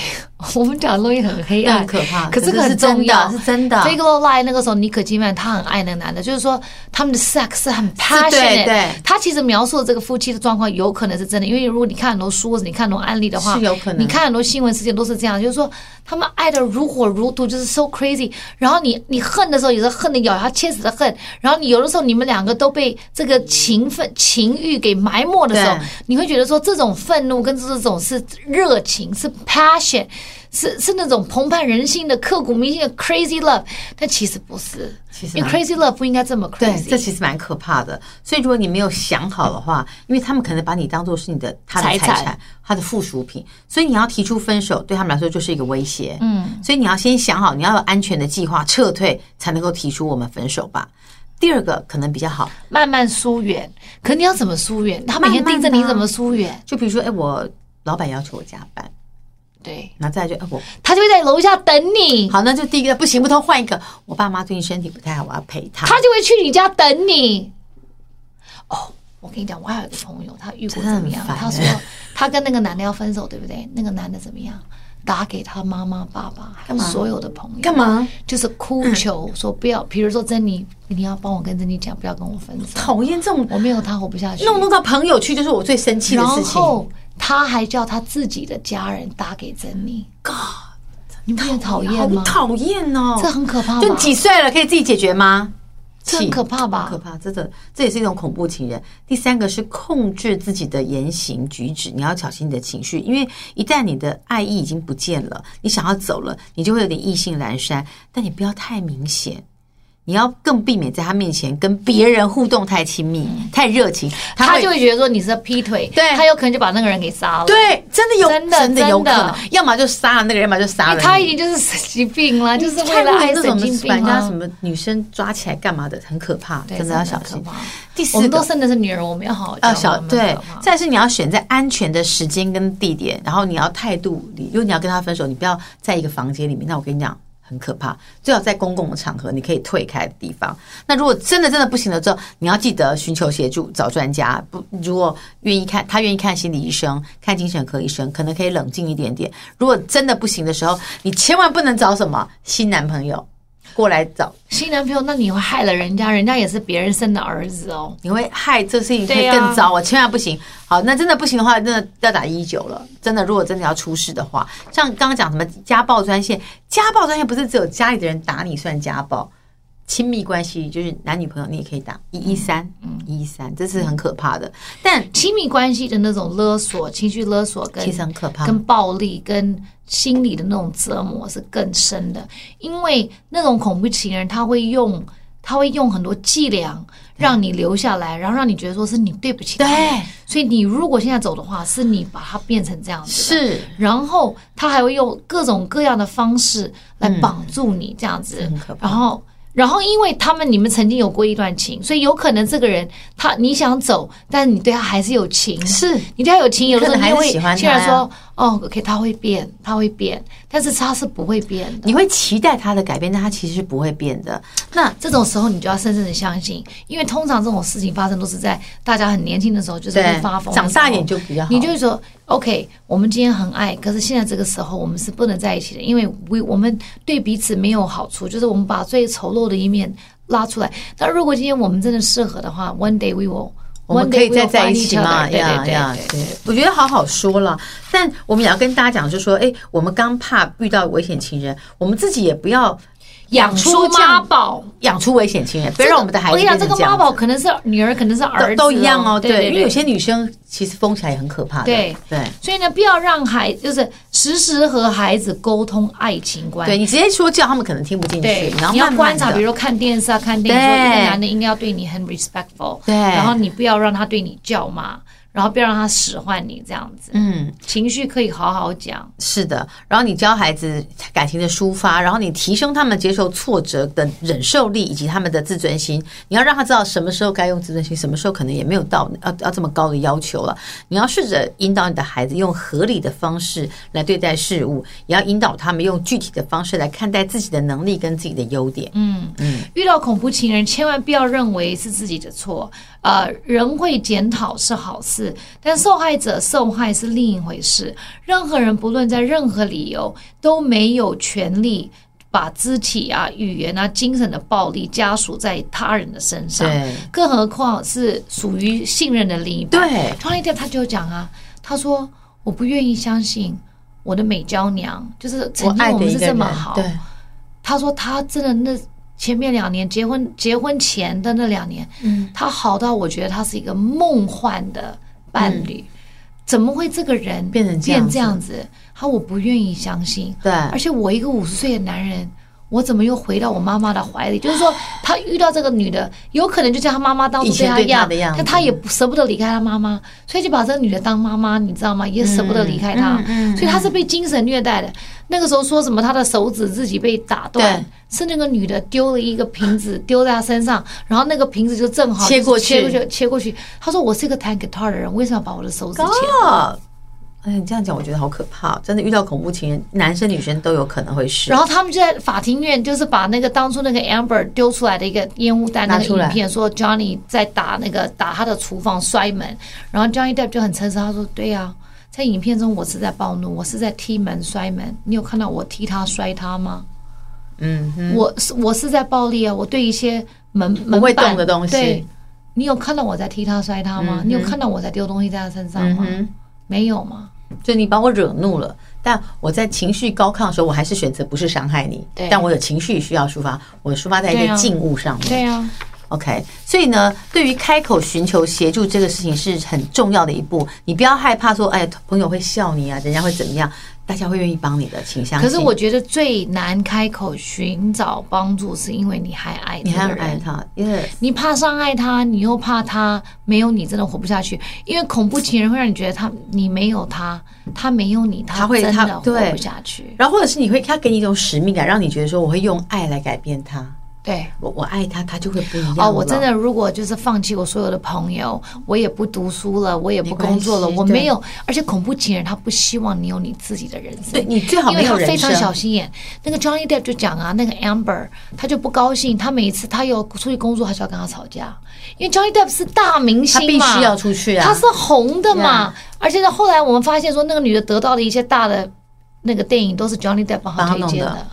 Speaker 2: 我 [laughs] 们讲的东西很黑暗、
Speaker 1: 那很可怕
Speaker 2: 可
Speaker 1: 可
Speaker 2: 这个
Speaker 1: 是
Speaker 2: 很
Speaker 1: 是真的
Speaker 2: 重要，
Speaker 1: 是真的
Speaker 2: Big Little Lie》那个时候，妮可基曼她很爱那个男的，就是说他们的 sex 是很 passionate。
Speaker 1: 对
Speaker 2: 他其实描述的这个夫妻的状况有可能是真的，因为如果你看很多书或者你看很多案例的话，
Speaker 1: 是有可能
Speaker 2: 你看很多新闻事件都是这样，就是说他们爱的如火如荼，就是 so crazy。然后你你恨的时候也是恨的咬牙切齿的恨，然后你有的时候你们两个都被这个情分情欲给埋没的时候
Speaker 1: 对，
Speaker 2: 你会觉得说这种愤怒跟这种是热情，是 passion。是是那种澎湃人心的、刻骨铭心的 crazy love，但其实不是，
Speaker 1: 其实
Speaker 2: 因为 crazy love 不应该这么
Speaker 1: 啊
Speaker 2: crazy。
Speaker 1: 对，这其实蛮可怕的。所以如果你没有想好的话，因为他们可能把你当做是你的他的财
Speaker 2: 财
Speaker 1: 产、
Speaker 2: 产
Speaker 1: 他的附属品，所以你要提出分手，对他们来说就是一个威胁。嗯，所以你要先想好，你要有安全的计划撤退，才能够提出我们分手吧。第二个可能比较好，
Speaker 2: 慢慢疏远。可你要怎么疏远？他每天
Speaker 1: 慢慢
Speaker 2: 盯
Speaker 1: 的
Speaker 2: 着
Speaker 1: 啊
Speaker 2: 你怎么疏远？
Speaker 1: 就比如说，哎，我老板要求我加班，
Speaker 2: 对，
Speaker 1: 然后再来就，哎，我
Speaker 2: 他就会在楼下等你，
Speaker 1: 好，那就第一个不行不通，换一个。我爸妈最近身体不太好，我要陪他。
Speaker 2: 他就会去你家等你。哦，我跟你讲，我还有一个朋友，他遇过怎么样
Speaker 1: 真的很？烦
Speaker 2: 他说
Speaker 1: 欸
Speaker 2: 他跟那个男的要分手，对不对？那个男的怎么样？打给他妈妈、爸爸，还有所有的朋友，
Speaker 1: 干嘛？
Speaker 2: 就是哭求说不要，比如说珍妮，你要帮我跟珍妮讲，不要跟我分手，
Speaker 1: 讨厌这种
Speaker 2: 我没有他活不下去。
Speaker 1: 弄弄到朋友去，就是我最生气的
Speaker 2: 然
Speaker 1: 事情。
Speaker 2: 后他还叫他自己的家人打给珍妮。God，你不觉得讨厌吗
Speaker 1: 好？讨厌哦，
Speaker 2: 这很可怕吧
Speaker 1: 就几岁了，可以自己解决吗？
Speaker 2: 这很
Speaker 1: 气
Speaker 2: 可怕吧
Speaker 1: 很可怕，真的，这也是一种恐怖情人。第三个是控制自己的言行举止，你要小心你的情绪，因为一旦你的爱意已经不见了，你想要走了，你就会有点意兴阑珊，但你不要太明显。你要更避免在他面前跟别人互动太亲密、太热情，
Speaker 2: 嗯他
Speaker 1: 会
Speaker 2: 就会觉得说你是劈腿，
Speaker 1: 对
Speaker 2: 他有可能就把那个人给杀了。，
Speaker 1: 对，真的有，
Speaker 2: 真的
Speaker 1: 有可
Speaker 2: 真的
Speaker 1: 能，要么就杀了那个人，要么就杀了
Speaker 2: 哎他
Speaker 1: 你
Speaker 2: 已经就是神经病了，就是为
Speaker 1: 啊看
Speaker 2: 了
Speaker 1: 那
Speaker 2: 爱
Speaker 1: 种
Speaker 2: 神经
Speaker 1: 把
Speaker 2: 病
Speaker 1: 人家什
Speaker 2: 啊。
Speaker 1: 么女生抓起来干嘛的，很可怕，
Speaker 2: 对
Speaker 1: 真的要小
Speaker 2: 真
Speaker 1: 心
Speaker 2: 的很可怕。
Speaker 1: 第
Speaker 2: 我
Speaker 1: 四
Speaker 2: 们都
Speaker 1: 个。
Speaker 2: 生的是女人，我们要好好
Speaker 1: 要哦
Speaker 2: 教
Speaker 1: 小
Speaker 2: 我们
Speaker 1: 对
Speaker 2: 好不好，
Speaker 1: 再来是你要选在安全的时间跟地点，然后你要态度里，如果你要跟他分手，你不要在一个房间里面。那我跟你讲，很可怕，最好在公共的场合，你可以退开的地方。那如果真的真的不行了之后，你要记得寻求协助，找专家。不，如果愿意看，他愿意看心理医生，看精神科医生，可能可以冷静一点点。如果真的不行的时候，你千万不能找什么新男朋友过来找
Speaker 2: 新男朋友，那你会害了人家，人家也是别人生的儿子哦。
Speaker 1: 你会害这事情
Speaker 2: 对啊
Speaker 1: 会
Speaker 2: 呀
Speaker 1: 更糟，我、千万不行。好，那真的不行的话，真的要打一一九了。真的，如果真的要出事的话，像刚刚讲什么家暴专线，家暴专线不是只有家里的人打你算家暴，亲密关系就是男女朋友你也可以打一一三，一一三，这是很可怕的。但
Speaker 2: 亲密关系的那种勒索、情绪勒索跟
Speaker 1: 其实很可怕
Speaker 2: 跟暴力、跟心理的那种折磨是更深的，因为那种恐怖情人他会用。他会用很多伎俩让你留下来，然后让你觉得说是你对不起他们。
Speaker 1: 对
Speaker 2: 所以你如果现在走的话，是你把它变成这样子的。
Speaker 1: 是
Speaker 2: 然后他还会用各种各样的方式来绑住你，这样子。
Speaker 1: 嗯很可怕
Speaker 2: 然后，然后因为他们你们曾经有过一段情，所以有可能这个人他你想走，但你对他还是有情。
Speaker 1: 是，
Speaker 2: 你对他有情，有的时候
Speaker 1: 可能还
Speaker 2: 你
Speaker 1: 是
Speaker 2: 会
Speaker 1: 喜欢他
Speaker 2: 虽然
Speaker 1: 呀
Speaker 2: 说哦，OK，他会变，他会变，但是他是不会变的。
Speaker 1: 你会期待他的改变，但他其实是不会变的。那
Speaker 2: 这种时候你就要深深的相信，因为通常这种事情发生都是在大家很年轻的时候，就是会
Speaker 1: 对
Speaker 2: 发疯的时候。
Speaker 1: 长大一点就比较好，
Speaker 2: 你就是说，OK，我们今天很爱，可是现在这个时候我们是不能在一起的，因为 we 我们对彼此没有好处，就是我们把最丑陋的一面拉出来。但如果今天我们真的适合的话，one day we will，
Speaker 1: 我们可以再在一起嘛？
Speaker 2: 对对
Speaker 1: 呀
Speaker 2: 对
Speaker 1: 呀
Speaker 2: 对，
Speaker 1: 对我觉得好好说了。但我们也要跟大家讲，就是说，哎，我们刚怕遇到危险情人，我们自己也不要
Speaker 2: 养出
Speaker 1: 出这
Speaker 2: 妈
Speaker 1: 样
Speaker 2: 宝，
Speaker 1: 养出危险情人，不要让我们的孩
Speaker 2: 我
Speaker 1: 子
Speaker 2: 跟你讲，
Speaker 1: 变
Speaker 2: 这
Speaker 1: 成
Speaker 2: 个
Speaker 1: 这
Speaker 2: 妈
Speaker 1: 样
Speaker 2: 宝
Speaker 1: 子。
Speaker 2: 可能是女儿，可能是儿
Speaker 1: 都
Speaker 2: 子，
Speaker 1: 都一样哦，
Speaker 2: 对对，
Speaker 1: 对，因为有
Speaker 2: 对
Speaker 1: 些女生其实疯起来也很可怕的。
Speaker 2: 对
Speaker 1: 对
Speaker 2: 所以呢，不要让孩，就是时时和孩子沟通爱情观。
Speaker 1: 对，你直接说教他们可能听不进去
Speaker 2: 对，，
Speaker 1: 然后
Speaker 2: 你要
Speaker 1: 慢慢
Speaker 2: 观察，
Speaker 1: 地
Speaker 2: 比如看电视啊、看电影，
Speaker 1: 对
Speaker 2: 说一个男的应该要对你很 respectful，
Speaker 1: 对
Speaker 2: 然后你不要让他对你叫骂，然后不要让他使唤你这样子，
Speaker 1: 嗯，
Speaker 2: 情绪可以好好讲。
Speaker 1: 是的，然后你教孩子感情的抒发，然后你提升他们接受挫折的忍受力以及他们的自尊心。你要让他知道什么时候该用自尊心，什么时候可能也没有到要要这么高的要求了。你要试着引导你的孩子用合理的方式来对待事物，也要引导他们用具体的方式来看待自己的能力跟自己的优点。
Speaker 2: 遇到恐怖情人，千万不要认为是自己的错，呃，人会检讨是好事，但受害者受害是另一回事。任何人不论在任何理由都没有权利。把肢体啊、语言啊、精神的暴力加属在他人的身上，
Speaker 1: 对
Speaker 2: 更何况是属于信任的另一半。
Speaker 1: 对，
Speaker 2: 创立 y 他就讲啊，他说我不愿意相信我的美娇娘，就是
Speaker 1: 我
Speaker 2: 曾经
Speaker 1: 爱
Speaker 2: 我
Speaker 1: 的
Speaker 2: 们
Speaker 1: 一
Speaker 2: 是
Speaker 1: 个
Speaker 2: 这
Speaker 1: 人
Speaker 2: 么好。，
Speaker 1: 对，
Speaker 2: 他说他真的那前面两年结婚结婚前的那两年，
Speaker 1: 嗯，
Speaker 2: 他好到我觉得他是一个梦幻的伴侣，怎么会这个人
Speaker 1: 嗯变成这样
Speaker 2: 变
Speaker 1: 子
Speaker 2: 这样子？他我不愿意相信，
Speaker 1: 对，
Speaker 2: 而且我一个五十岁的男人，我怎么又回到我妈妈的怀里？就是说，他遇到这个女的，有可能就像他妈妈当初
Speaker 1: 以前
Speaker 2: 他
Speaker 1: 对
Speaker 2: 一样，
Speaker 1: 她的样子
Speaker 2: 但他也不舍不得离开他妈妈，所以就把这个女的当妈妈，你知道吗？也舍不得离开她，
Speaker 1: 嗯嗯嗯
Speaker 2: 所以他是被精神虐待的。那个时候说什么他的手指自己被打断
Speaker 1: 对。
Speaker 2: 是那个女的丢了一个瓶子丢在他身上，然后那个瓶子就正好
Speaker 1: 切过去
Speaker 2: 切过去，切过去。他说：“我是一个弹吉他的人，为什么要把我的手指切？”
Speaker 1: 哦。哎，你这样讲，我觉得好可怕！啊真的遇到恐怖情人，男生女生都有可能会是。
Speaker 2: 然后他们就在法庭院，就是把那个当初那个 Amber 丢出来的一个烟雾弹那
Speaker 1: 拿
Speaker 2: 个
Speaker 1: 出来
Speaker 2: 影片，说 Johnny 在打那个打他的厨房摔门，然后 Johnny Depp 就很诚实，他说：“对呀、在影片中我是在暴怒，我是在踢门摔门，你有看到我踢他摔他吗？
Speaker 1: 嗯哼，
Speaker 2: 我是我是在暴力啊，我对一些门门
Speaker 1: 不会
Speaker 2: 板
Speaker 1: 动的东西
Speaker 2: 对你有看到我在踢他摔他吗？你有看到我在丢东西在他身上
Speaker 1: 嗯
Speaker 2: 吗？
Speaker 1: 哼。
Speaker 2: 没有吗？
Speaker 1: 就你把我惹怒了，但我在情绪高亢的时候，我还是选择不是伤害你
Speaker 2: 对，
Speaker 1: 但我有情绪需要抒发，我抒发在一
Speaker 2: 对啊
Speaker 1: 些静物上面。
Speaker 2: 对啊呀、
Speaker 1: OK，所以呢，对于开口寻求协助这个事情是很重要的一步，你不要害怕说，哎，朋友会笑你啊，人家会怎么样，大家会愿意帮你的，请相
Speaker 2: 可
Speaker 1: 信。
Speaker 2: 是我觉得最难开口寻找帮助，是因为你还爱
Speaker 1: 你
Speaker 2: 这
Speaker 1: 还
Speaker 2: 个
Speaker 1: 很爱
Speaker 2: 人。
Speaker 1: 他，因为
Speaker 2: 你怕伤害他，你又怕他没有你真的活不下去，因为恐怖情人会让你觉得他你没有他，他没有你，
Speaker 1: 他会
Speaker 2: 真
Speaker 1: 他
Speaker 2: 的活
Speaker 1: 对
Speaker 2: 不下去。
Speaker 1: 然后或者是你会，他给你一种使命感，让你觉得说，我会用爱来改变他，
Speaker 2: 对，
Speaker 1: 我我爱他，他就会不一样了。
Speaker 2: 哦，我真的如果就是放弃我所有的朋友，我也不读书了，我也不
Speaker 1: 没关
Speaker 2: 工作了，
Speaker 1: 系
Speaker 2: 我
Speaker 1: 对
Speaker 2: 没有，而且恐怖情人他不希望你有你自己的人生，
Speaker 1: 对你最好
Speaker 2: 因为
Speaker 1: 没
Speaker 2: 他
Speaker 1: 有
Speaker 2: 非
Speaker 1: 人
Speaker 2: 常
Speaker 1: 生。
Speaker 2: 小心眼。那个 Johnny Depp 就讲啊，那个 Amber 他就不高兴，他每一次他有出去工作，他就要跟他吵架，因为 Johnny Depp 是大明
Speaker 1: 他
Speaker 2: 星
Speaker 1: 必
Speaker 2: 嘛，
Speaker 1: 须要出去啊！
Speaker 2: 她是红的嘛。而且呢，后来我们发现说，那个女的得到的一些大的那个电影都是 Johnny Depp 帮她推
Speaker 1: 帮
Speaker 2: 荐
Speaker 1: 她弄
Speaker 2: 的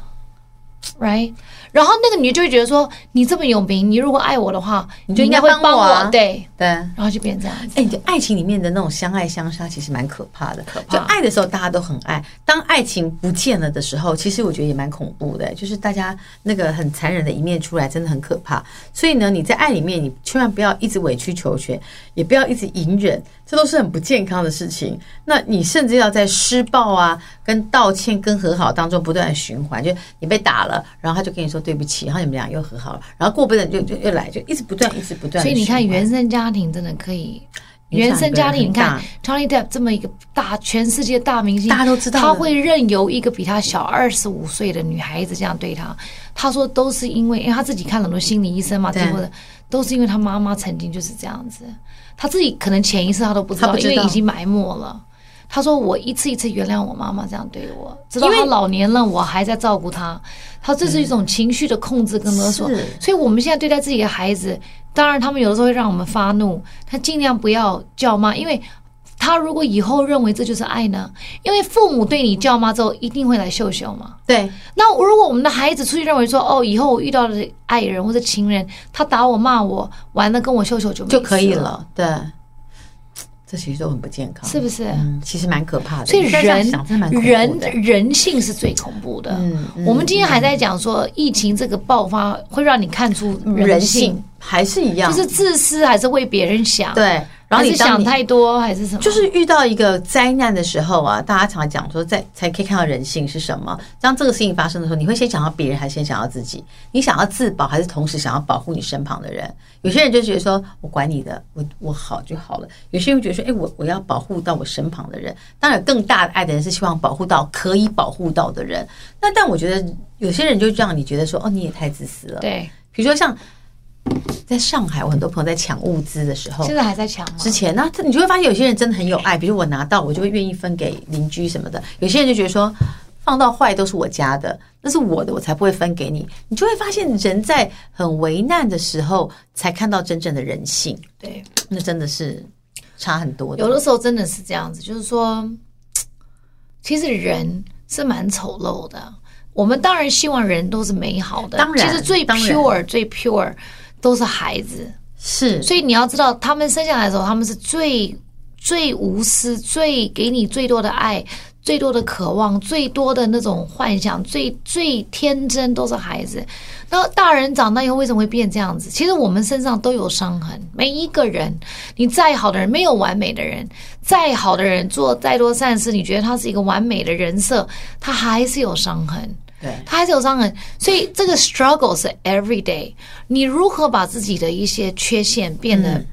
Speaker 2: ，right？然后那个女的就会觉得说，你这么有名，你如果爱我的话，你
Speaker 1: 就应该
Speaker 2: 会
Speaker 1: 帮
Speaker 2: 帮
Speaker 1: 我啊
Speaker 2: 对，
Speaker 1: 对。
Speaker 2: 然后就变这样子。
Speaker 1: 哎、你的爱情里面的那种相爱相杀，其实蛮可怕的。可
Speaker 2: 怕
Speaker 1: 就爱的时候大家都很爱，当爱情不见了的时候，其实我觉得也蛮恐怖的，就是大家那个很残忍的一面出来，真的很可怕。所以呢，你在爱里面，你千万不要一直委曲求全，也不要一直隐忍，这都是很不健康的事情。那你甚至要在施暴啊、跟道歉、跟和好当中不断的循环，就你被打了，然后他就跟你说对不起，然后你们俩又和好了，然后过不阵就就又来，就一直不断，一直不断。
Speaker 2: 所以你看，原生家庭真的可以。原生家庭，你看 Johnny Depp 这么一个大全世界大明星，
Speaker 1: 大家都知道的
Speaker 2: 他会任由一个比他小二十五岁的女孩子这样对他。他说都是因为，因为他自己看了很多心理医生嘛，
Speaker 1: 对
Speaker 2: 听过的，都是因为他妈妈曾经就是这样子，他自己可能潜意识他都不知
Speaker 1: 他
Speaker 2: 道，
Speaker 1: 不知道
Speaker 2: 因为已经埋没了。他说：“我一次一次原谅我妈妈这样对我，直到
Speaker 1: 因为
Speaker 2: 他老年了，我还在照顾他。他这是一种情绪的控制跟勒索。
Speaker 1: 是
Speaker 2: 所以我们现在对待自己的孩子，当然他们有的时候会让我们发怒，他尽量不要叫骂，因为他如果以后认为这就是爱呢，因为父母对你叫骂之后一定会来秀秀嘛。
Speaker 1: 对，
Speaker 2: 那如果我们的孩子出去认为说，哦，以后我遇到的爱人或者情人，他打我骂我，完了跟我秀秀就没
Speaker 1: 就可以
Speaker 2: 事了，
Speaker 1: 了。对，这其实都很不健康，
Speaker 2: 是不是？
Speaker 1: 嗯，其实蛮可怕的。
Speaker 2: 所以
Speaker 1: 你现在这样
Speaker 2: 人
Speaker 1: 想真的蛮恐怖
Speaker 2: 人
Speaker 1: 的嗯
Speaker 2: 人性是最恐怖的。我们今天还在讲说，疫情这个爆发会让你看出
Speaker 1: 人
Speaker 2: 性
Speaker 1: 性还是一样，
Speaker 2: 就是自私还是为别人想？
Speaker 1: 对。然后
Speaker 2: 还
Speaker 1: 你
Speaker 2: 啊是
Speaker 1: 当
Speaker 2: 想
Speaker 1: 你
Speaker 2: 太多还是什么？
Speaker 1: 就是遇到一个灾难的时候啊，大家常讲说在才可以看到人性是什么。当这个事情发生的时候，你会先想到别人，还是先想到自己？你想要自保，还是同时想要保护你身旁的人？有些人就觉得说我管你的，我我好就好了。有些人觉得说，哎，我我要保护到我身旁的人。当然，更大的爱的人是希望保护到可以保护到的人。那但我觉得有些人就让你觉得说，哦，你也太自私了。，
Speaker 2: 对，
Speaker 1: 比如说像在上海，我很多朋友在抢物资的时候，
Speaker 2: 现在还在抢吗？
Speaker 1: 之前，那他你就会发现有些人真的很有爱，比如我拿到，我就会愿意分给邻居什么的。有些人就觉得说，放到坏都是我家的，那是我的，我才不会分给你。你就会发现，人在很为难的时候，才看到真正的人性，
Speaker 2: 对，
Speaker 1: 那真的是差很多
Speaker 2: 有
Speaker 1: 的。
Speaker 2: 的时候真的是这样子，就是说，其实人是蛮丑陋的。我们当然希望人都是美好的，
Speaker 1: 当然
Speaker 2: 其实最
Speaker 1: 当然
Speaker 2: pure 最 pure 都是孩子，
Speaker 1: 是，
Speaker 2: 所以你要知道，他们生下来的时候，他们是最最无私、最给你最多的爱、最多的渴望、最多的那种幻想、最最天真，都是孩子。那大人长大以后为什么会变这样子？其实我们身上都有伤痕，每一个人，你再好的人，没有完美的人，再好的人做再多善事，你觉得他是一个完美的人设，他还是有伤痕。
Speaker 1: 对，
Speaker 2: 他还是有伤痕，所以这个 struggle 是 every day。你如何把自己的一些缺陷变得、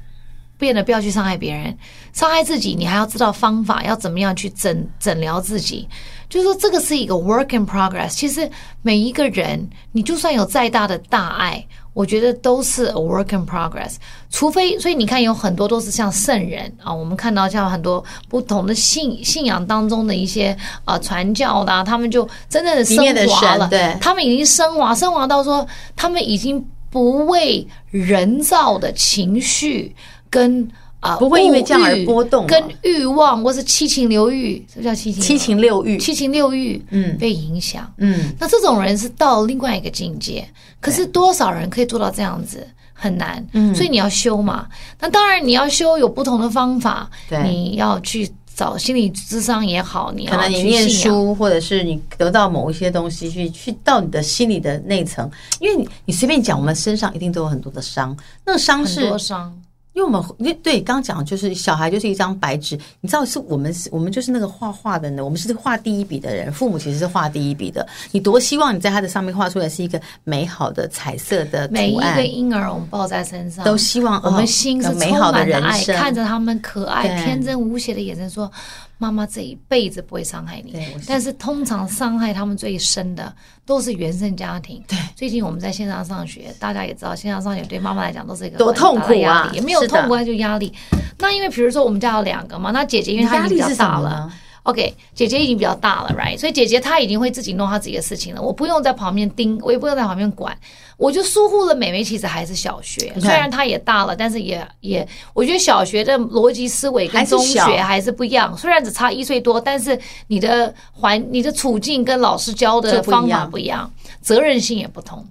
Speaker 2: 变得不要去伤害别人，伤害自己，你还要知道方法，要怎么样去诊诊疗自己。就是说，这个是一个 work in progress。其实每一个人，你就算有再大的大爱，我觉得都是 a work in progress。除非，所以你看，有很多都是像圣人啊，我们看到像很多不同的信信仰当中的一些呃传教的、啊，他们就真正的升
Speaker 1: 里面的
Speaker 2: 华
Speaker 1: 神
Speaker 2: 了，
Speaker 1: 对
Speaker 2: 他们已经升华，升华到说他们已经不为人造的情绪跟啊、呃
Speaker 1: 不会因为这样而
Speaker 2: 物欲
Speaker 1: 波动了啊
Speaker 2: 跟欲望或是七情六欲，是不是叫七情？
Speaker 1: 七情六欲，
Speaker 2: 七情六欲，
Speaker 1: 嗯
Speaker 2: 被影响。
Speaker 1: 嗯，
Speaker 2: 那这种人是到另外一个境界，可是多少人可以做到这样子？很难，
Speaker 1: 嗯
Speaker 2: 所以你要修嘛。那当然，你要修有不同的方法，
Speaker 1: 对
Speaker 2: 你要去找心理智商也好，你
Speaker 1: 可
Speaker 2: 要
Speaker 1: 能
Speaker 2: 去
Speaker 1: 你念
Speaker 2: 信仰，
Speaker 1: 书，或者是你得到某一些东西去，去到你的心里的内层，因为你你随便讲，我们身上一定都有很多的伤，那个伤
Speaker 2: 很
Speaker 1: 是
Speaker 2: 多伤。
Speaker 1: 因为我们因为对刚刚讲的就是小孩就是一张白纸，你知道是我们是我们就是那个画画的呢，我们是画第一笔的人，父母其实是画第一笔的。你多希望你在他的上面画出来是一个美好的彩色的
Speaker 2: 每
Speaker 1: 图
Speaker 2: 一
Speaker 1: 案
Speaker 2: 个，婴儿我们抱在身上，
Speaker 1: 都希望
Speaker 2: 我们心是
Speaker 1: 哦有
Speaker 2: 充
Speaker 1: 美好的
Speaker 2: 满了
Speaker 1: 人
Speaker 2: 爱，
Speaker 1: 生，
Speaker 2: 看着他们可爱、
Speaker 1: 对
Speaker 2: 天真无邪的眼神，说：“妈妈这一辈子不会伤害你
Speaker 1: 对我。”
Speaker 2: 但是通常伤害他们最深的都是原生家庭。对，最近我们在线上上学，大家也知道，线上上学对妈妈来讲都是一个
Speaker 1: 多
Speaker 2: 很大的
Speaker 1: 痛苦啊
Speaker 2: 压力也没有
Speaker 1: 是的
Speaker 2: 痛苦，它就压力。那因为比如说我们家有两个嘛，那姐姐因为她
Speaker 1: 压
Speaker 2: 已经
Speaker 1: 力
Speaker 2: 比较
Speaker 1: 是什
Speaker 2: 大
Speaker 1: 么
Speaker 2: 了
Speaker 1: 呢。？
Speaker 2: OK，姐姐已经比较大了，right？所以姐姐她已经会自己弄她自己的事情了，我不用在旁边盯，我也不用在旁边管，我就疏忽了。妹妹其实还是小学，
Speaker 1: 你看
Speaker 2: 虽然她也大了，但是也也，我觉得小学的逻辑思维跟
Speaker 1: 还是
Speaker 2: 中学
Speaker 1: 小
Speaker 2: 还是不一样。虽然只差一岁多，但是你的环、你的处境跟老师教的
Speaker 1: 就不一样
Speaker 2: 方法不一样，责任心也不同。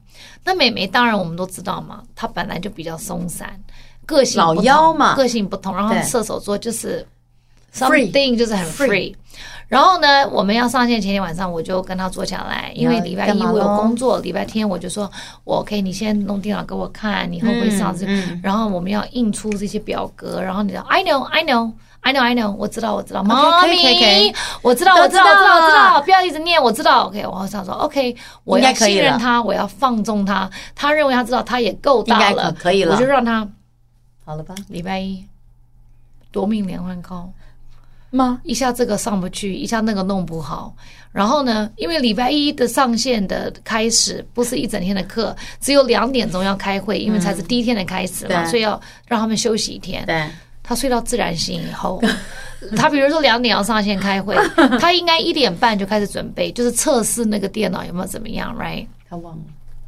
Speaker 2: 那妹妹当然我们都知道嘛，她本来就比较松散，个性不同
Speaker 1: 老妖嘛
Speaker 2: 个性不同，然后
Speaker 1: 对
Speaker 2: 射手座就是
Speaker 1: Free
Speaker 2: something 就是很
Speaker 1: Free
Speaker 2: free。然后呢，我们要上线前天晚上，我就跟他坐下来，因为礼拜
Speaker 1: 干
Speaker 2: 一
Speaker 1: 嘛
Speaker 2: 我有
Speaker 1: 咯
Speaker 2: 工作，礼拜天我就说，我 OK，你先弄电脑给我看，你会不会上
Speaker 1: 嗯
Speaker 2: 这个？然后我们要印出这些表格，然后你知道，I know，I know，I know，I know，我知道，我知道，妈
Speaker 1: 可以可以可
Speaker 2: 咪
Speaker 1: 以，
Speaker 2: 我知道，
Speaker 1: 都
Speaker 2: 我知道，我
Speaker 1: 知道
Speaker 2: 知道，我知
Speaker 1: 了
Speaker 2: 道，不要一直念，我知道，OK，我想说，OK，我
Speaker 1: 应
Speaker 2: 要
Speaker 1: 该可以
Speaker 2: 信任
Speaker 1: 了
Speaker 2: 他，我要放纵他，他认为他知道，他也够大
Speaker 1: 应该
Speaker 2: 了，
Speaker 1: 可可以了
Speaker 2: 我就让他
Speaker 1: 好了吧？
Speaker 2: 礼拜一夺命连环 call。
Speaker 1: 吗？
Speaker 2: 一下这个上不去，一下那个弄不好。然后呢，因为礼拜一的上线的开始不是一整天的课，只有两点钟要开会，因为才是第一天的开始嘛，
Speaker 1: 嗯对
Speaker 2: 所以要让他们休息一天。
Speaker 1: 对，
Speaker 2: 他睡到自然醒以后，
Speaker 1: [laughs]
Speaker 2: 他比如说两点要上线开会，他应该一点半就开始准备，就是测试那个电脑有没有怎么样，right？
Speaker 1: 他忘了，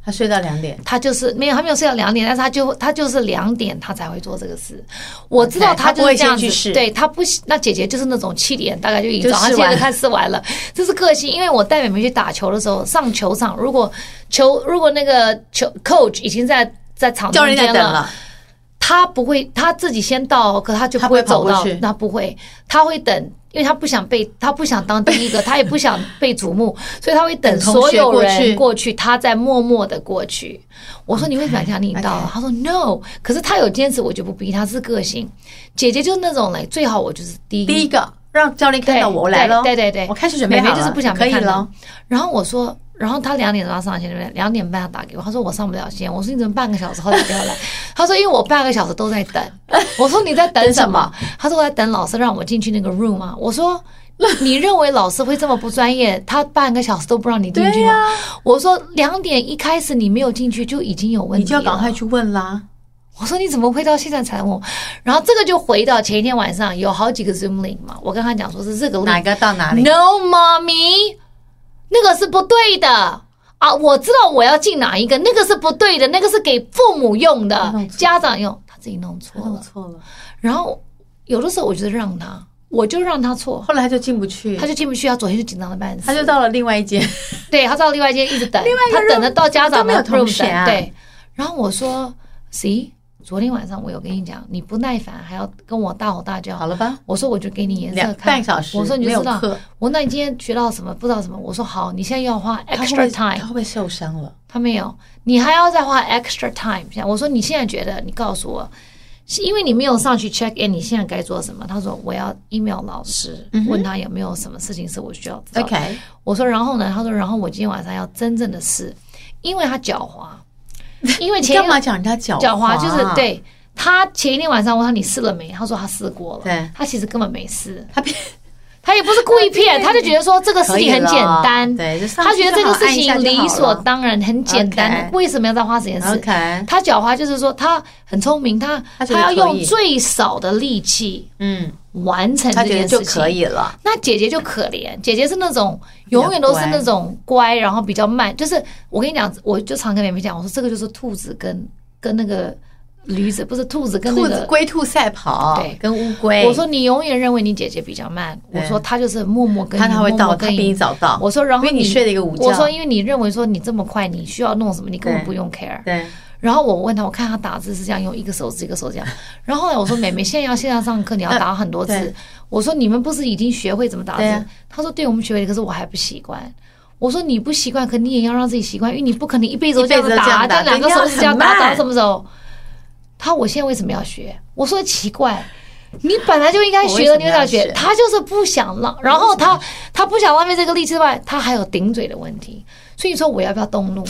Speaker 1: 他睡到两点。
Speaker 2: 他就是没有，他没有睡到两点，但是他就他就是两点他才会做这个事。我知道
Speaker 1: OK，他不
Speaker 2: 就是
Speaker 1: 会
Speaker 2: 这样
Speaker 1: 先去
Speaker 2: 子，
Speaker 1: 试
Speaker 2: 对他不喜，那姐姐就是那种七点大概就已经早上
Speaker 1: 就
Speaker 2: 七
Speaker 1: 试完
Speaker 2: 点就开始玩了，这是个性。因为我带妹妹去打球的时候，上球场如果球如果那个球 coach 已经在在场
Speaker 1: 叫人
Speaker 2: 中
Speaker 1: 家
Speaker 2: 间
Speaker 1: 等了，
Speaker 2: 他不会，他自己先到，可他就不会
Speaker 1: 他不会跑
Speaker 2: 走
Speaker 1: 过
Speaker 2: 到
Speaker 1: 去，
Speaker 2: 他不会，他会等，因为他不想被，他不想当第一
Speaker 1: [laughs]
Speaker 2: 个，他也不想被瞩目，所以他会等
Speaker 1: 等同
Speaker 2: 所
Speaker 1: 学
Speaker 2: 有
Speaker 1: 过
Speaker 2: 人
Speaker 1: 去
Speaker 2: 过去，他再默默的过去。我说你为什么想
Speaker 1: 嗯
Speaker 2: 你到了？他说 no，可是他有坚持，我就不逼他，是个性。姐姐就是那种嘞，最好我就是第一个
Speaker 1: 第一个让教练看到
Speaker 2: 对
Speaker 1: 我，我来了。
Speaker 2: 对对对，
Speaker 1: 我开始准备好
Speaker 2: 妹
Speaker 1: 了，
Speaker 2: 妹就是不想
Speaker 1: 可
Speaker 2: 被
Speaker 1: 以
Speaker 2: 看到
Speaker 1: 了。。
Speaker 2: 然后我说，然后他两点钟要上线，对不对？两点半他打给我，他说我上不了线。我说你怎么半个小时后才
Speaker 1: [laughs]
Speaker 2: 不要来？他说因为我半个小时都在等。我说你在等
Speaker 1: [laughs]
Speaker 2: 什么？他说我在等老师让我进去那个 room 啊。我说。 [laughs] 你认为老师会这么不专业？他半个小时都不让你进去吗？我说两点一开始你没有进去就已经有问
Speaker 1: 你
Speaker 2: 题
Speaker 1: 就
Speaker 2: 了，
Speaker 1: 要赶快去问啦。
Speaker 2: 我说你怎么会到现在才问我？然后这个就回到前一天晚上有好几个 Zoom link 嘛，我跟他讲说是这个 link
Speaker 1: 哪个到哪里？
Speaker 2: No, mommy，那个是不对的啊！我知道我要进哪一个，那个是不对的，那个是给父母用的
Speaker 1: 弄，错
Speaker 2: 家长用，他自己弄错
Speaker 1: 弄
Speaker 2: 了。
Speaker 1: 错了，
Speaker 2: 然后有的时候我就是让他，我就让他错，
Speaker 1: 后来他就进不去，
Speaker 2: 他就进不去，他昨天就紧张的半死。
Speaker 1: 他就到了另外一间。
Speaker 2: 对他到另外一间一直等，
Speaker 1: 外一个
Speaker 2: 他
Speaker 1: room，
Speaker 2: 等得到家长
Speaker 1: 都没有
Speaker 2: room
Speaker 1: 同学啊
Speaker 2: 等对，然后我说，See，昨天晚上我有跟你讲，你不耐烦还要跟我大吼大叫，
Speaker 1: 好了吧？
Speaker 2: 我说我就给你颜色
Speaker 1: 两
Speaker 2: 看，
Speaker 1: 半小时
Speaker 2: 我说你就知
Speaker 1: 没
Speaker 2: 道
Speaker 1: 有课。
Speaker 2: 我说那你今天学到什么？不知道什么？我说好，你现在要花
Speaker 1: 他会不会
Speaker 2: extra
Speaker 1: 他
Speaker 2: time。
Speaker 1: 会不会受伤了？
Speaker 2: 他没有，你还要再花 extra time。我说你现在觉得，你告诉我，是因为你没有上去 check in，你现在该做什么？他说我要 email 老师，问他有没有什么事情是我需要知道的。
Speaker 1: 嗯 OK，
Speaker 2: 我说然后呢？他说然后我今天晚上要真正的试，因为他狡
Speaker 1: [laughs]
Speaker 2: 猾，因为
Speaker 1: 你
Speaker 2: 前一
Speaker 1: 干
Speaker 2: 个
Speaker 1: 嘛讲人家狡
Speaker 2: 狡
Speaker 1: 猾？
Speaker 2: 猾就是，对他前一天晚上我问他你试了没，他说他试过了，
Speaker 1: 对
Speaker 2: 他其实根本没试，
Speaker 1: 他变
Speaker 2: 他也不是故意
Speaker 1: [laughs]
Speaker 2: 骗，他就觉得说这个事情很
Speaker 1: 可
Speaker 2: 简
Speaker 1: 以
Speaker 2: 单，
Speaker 1: 了对就上
Speaker 2: 他觉得这个
Speaker 1: 去就
Speaker 2: 事
Speaker 1: 好
Speaker 2: 情
Speaker 1: 按一下就好
Speaker 2: 理
Speaker 1: 了
Speaker 2: 所当然，很简单
Speaker 1: OK，
Speaker 2: 为什么要再花时间试
Speaker 1: OK？
Speaker 2: 他狡猾就是说他很聪明，他
Speaker 1: 他觉
Speaker 2: 他
Speaker 1: 得
Speaker 2: 要
Speaker 1: 可
Speaker 2: 用
Speaker 1: 以
Speaker 2: 最少的力气
Speaker 1: 嗯，
Speaker 2: 完成
Speaker 1: 他
Speaker 2: 这
Speaker 1: 觉得
Speaker 2: 件
Speaker 1: 就
Speaker 2: 事
Speaker 1: 可
Speaker 2: 情。
Speaker 1: 以了。
Speaker 2: 那姐姐就可怜，姐姐是那种永远都是那种乖，然后比较慢。就是我跟你讲，我就常跟妹妹讲，我说这个就是兔子跟跟那个驴子，不是兔子跟那
Speaker 1: 兔
Speaker 2: 个
Speaker 1: 子龟兔赛跑，
Speaker 2: 对
Speaker 1: 跟乌龟。
Speaker 2: 我说你永远认为你姐姐比较慢，我
Speaker 1: 对
Speaker 2: 说她就是默默跟你，
Speaker 1: 他他会
Speaker 2: 默默
Speaker 1: 到，他
Speaker 2: 跟
Speaker 1: 比
Speaker 2: 你
Speaker 1: 你早到。
Speaker 2: 我说然后
Speaker 1: 因为你睡了一个午觉
Speaker 2: 我说因为你认为说你这么快，你需要弄什么，你根本
Speaker 1: 对
Speaker 2: 不用 care。
Speaker 1: 对，
Speaker 2: 然后我问他，我看他打字是这样，用一个手指一个手这样。 [laughs] 然后后来我说，妹妹现在要线上上课，你要打很多字
Speaker 1: 呃对。
Speaker 2: 我说你们不是已经学会怎么打
Speaker 1: 对
Speaker 2: 字
Speaker 1: 啊？
Speaker 2: 他说对，我们学会，可是我还不习惯。我说你不习惯，可你也要让自己习惯，因为你不可能一辈子都这样
Speaker 1: 一辈子都这
Speaker 2: 打，
Speaker 1: 样打
Speaker 2: 这两个手指这样
Speaker 1: 对
Speaker 2: 打
Speaker 1: 你要很慢
Speaker 2: 打到什么时候？他我现在为什么要学？我说奇怪， [laughs] 你本来就应该学的，
Speaker 1: 我为什
Speaker 2: 你
Speaker 1: 么
Speaker 2: 为啥
Speaker 1: 要
Speaker 2: 学
Speaker 1: 学？
Speaker 2: 他就是不想浪，然后他他不想浪费这个力之外，他还有顶嘴的问题。所以你说我要不要动怒？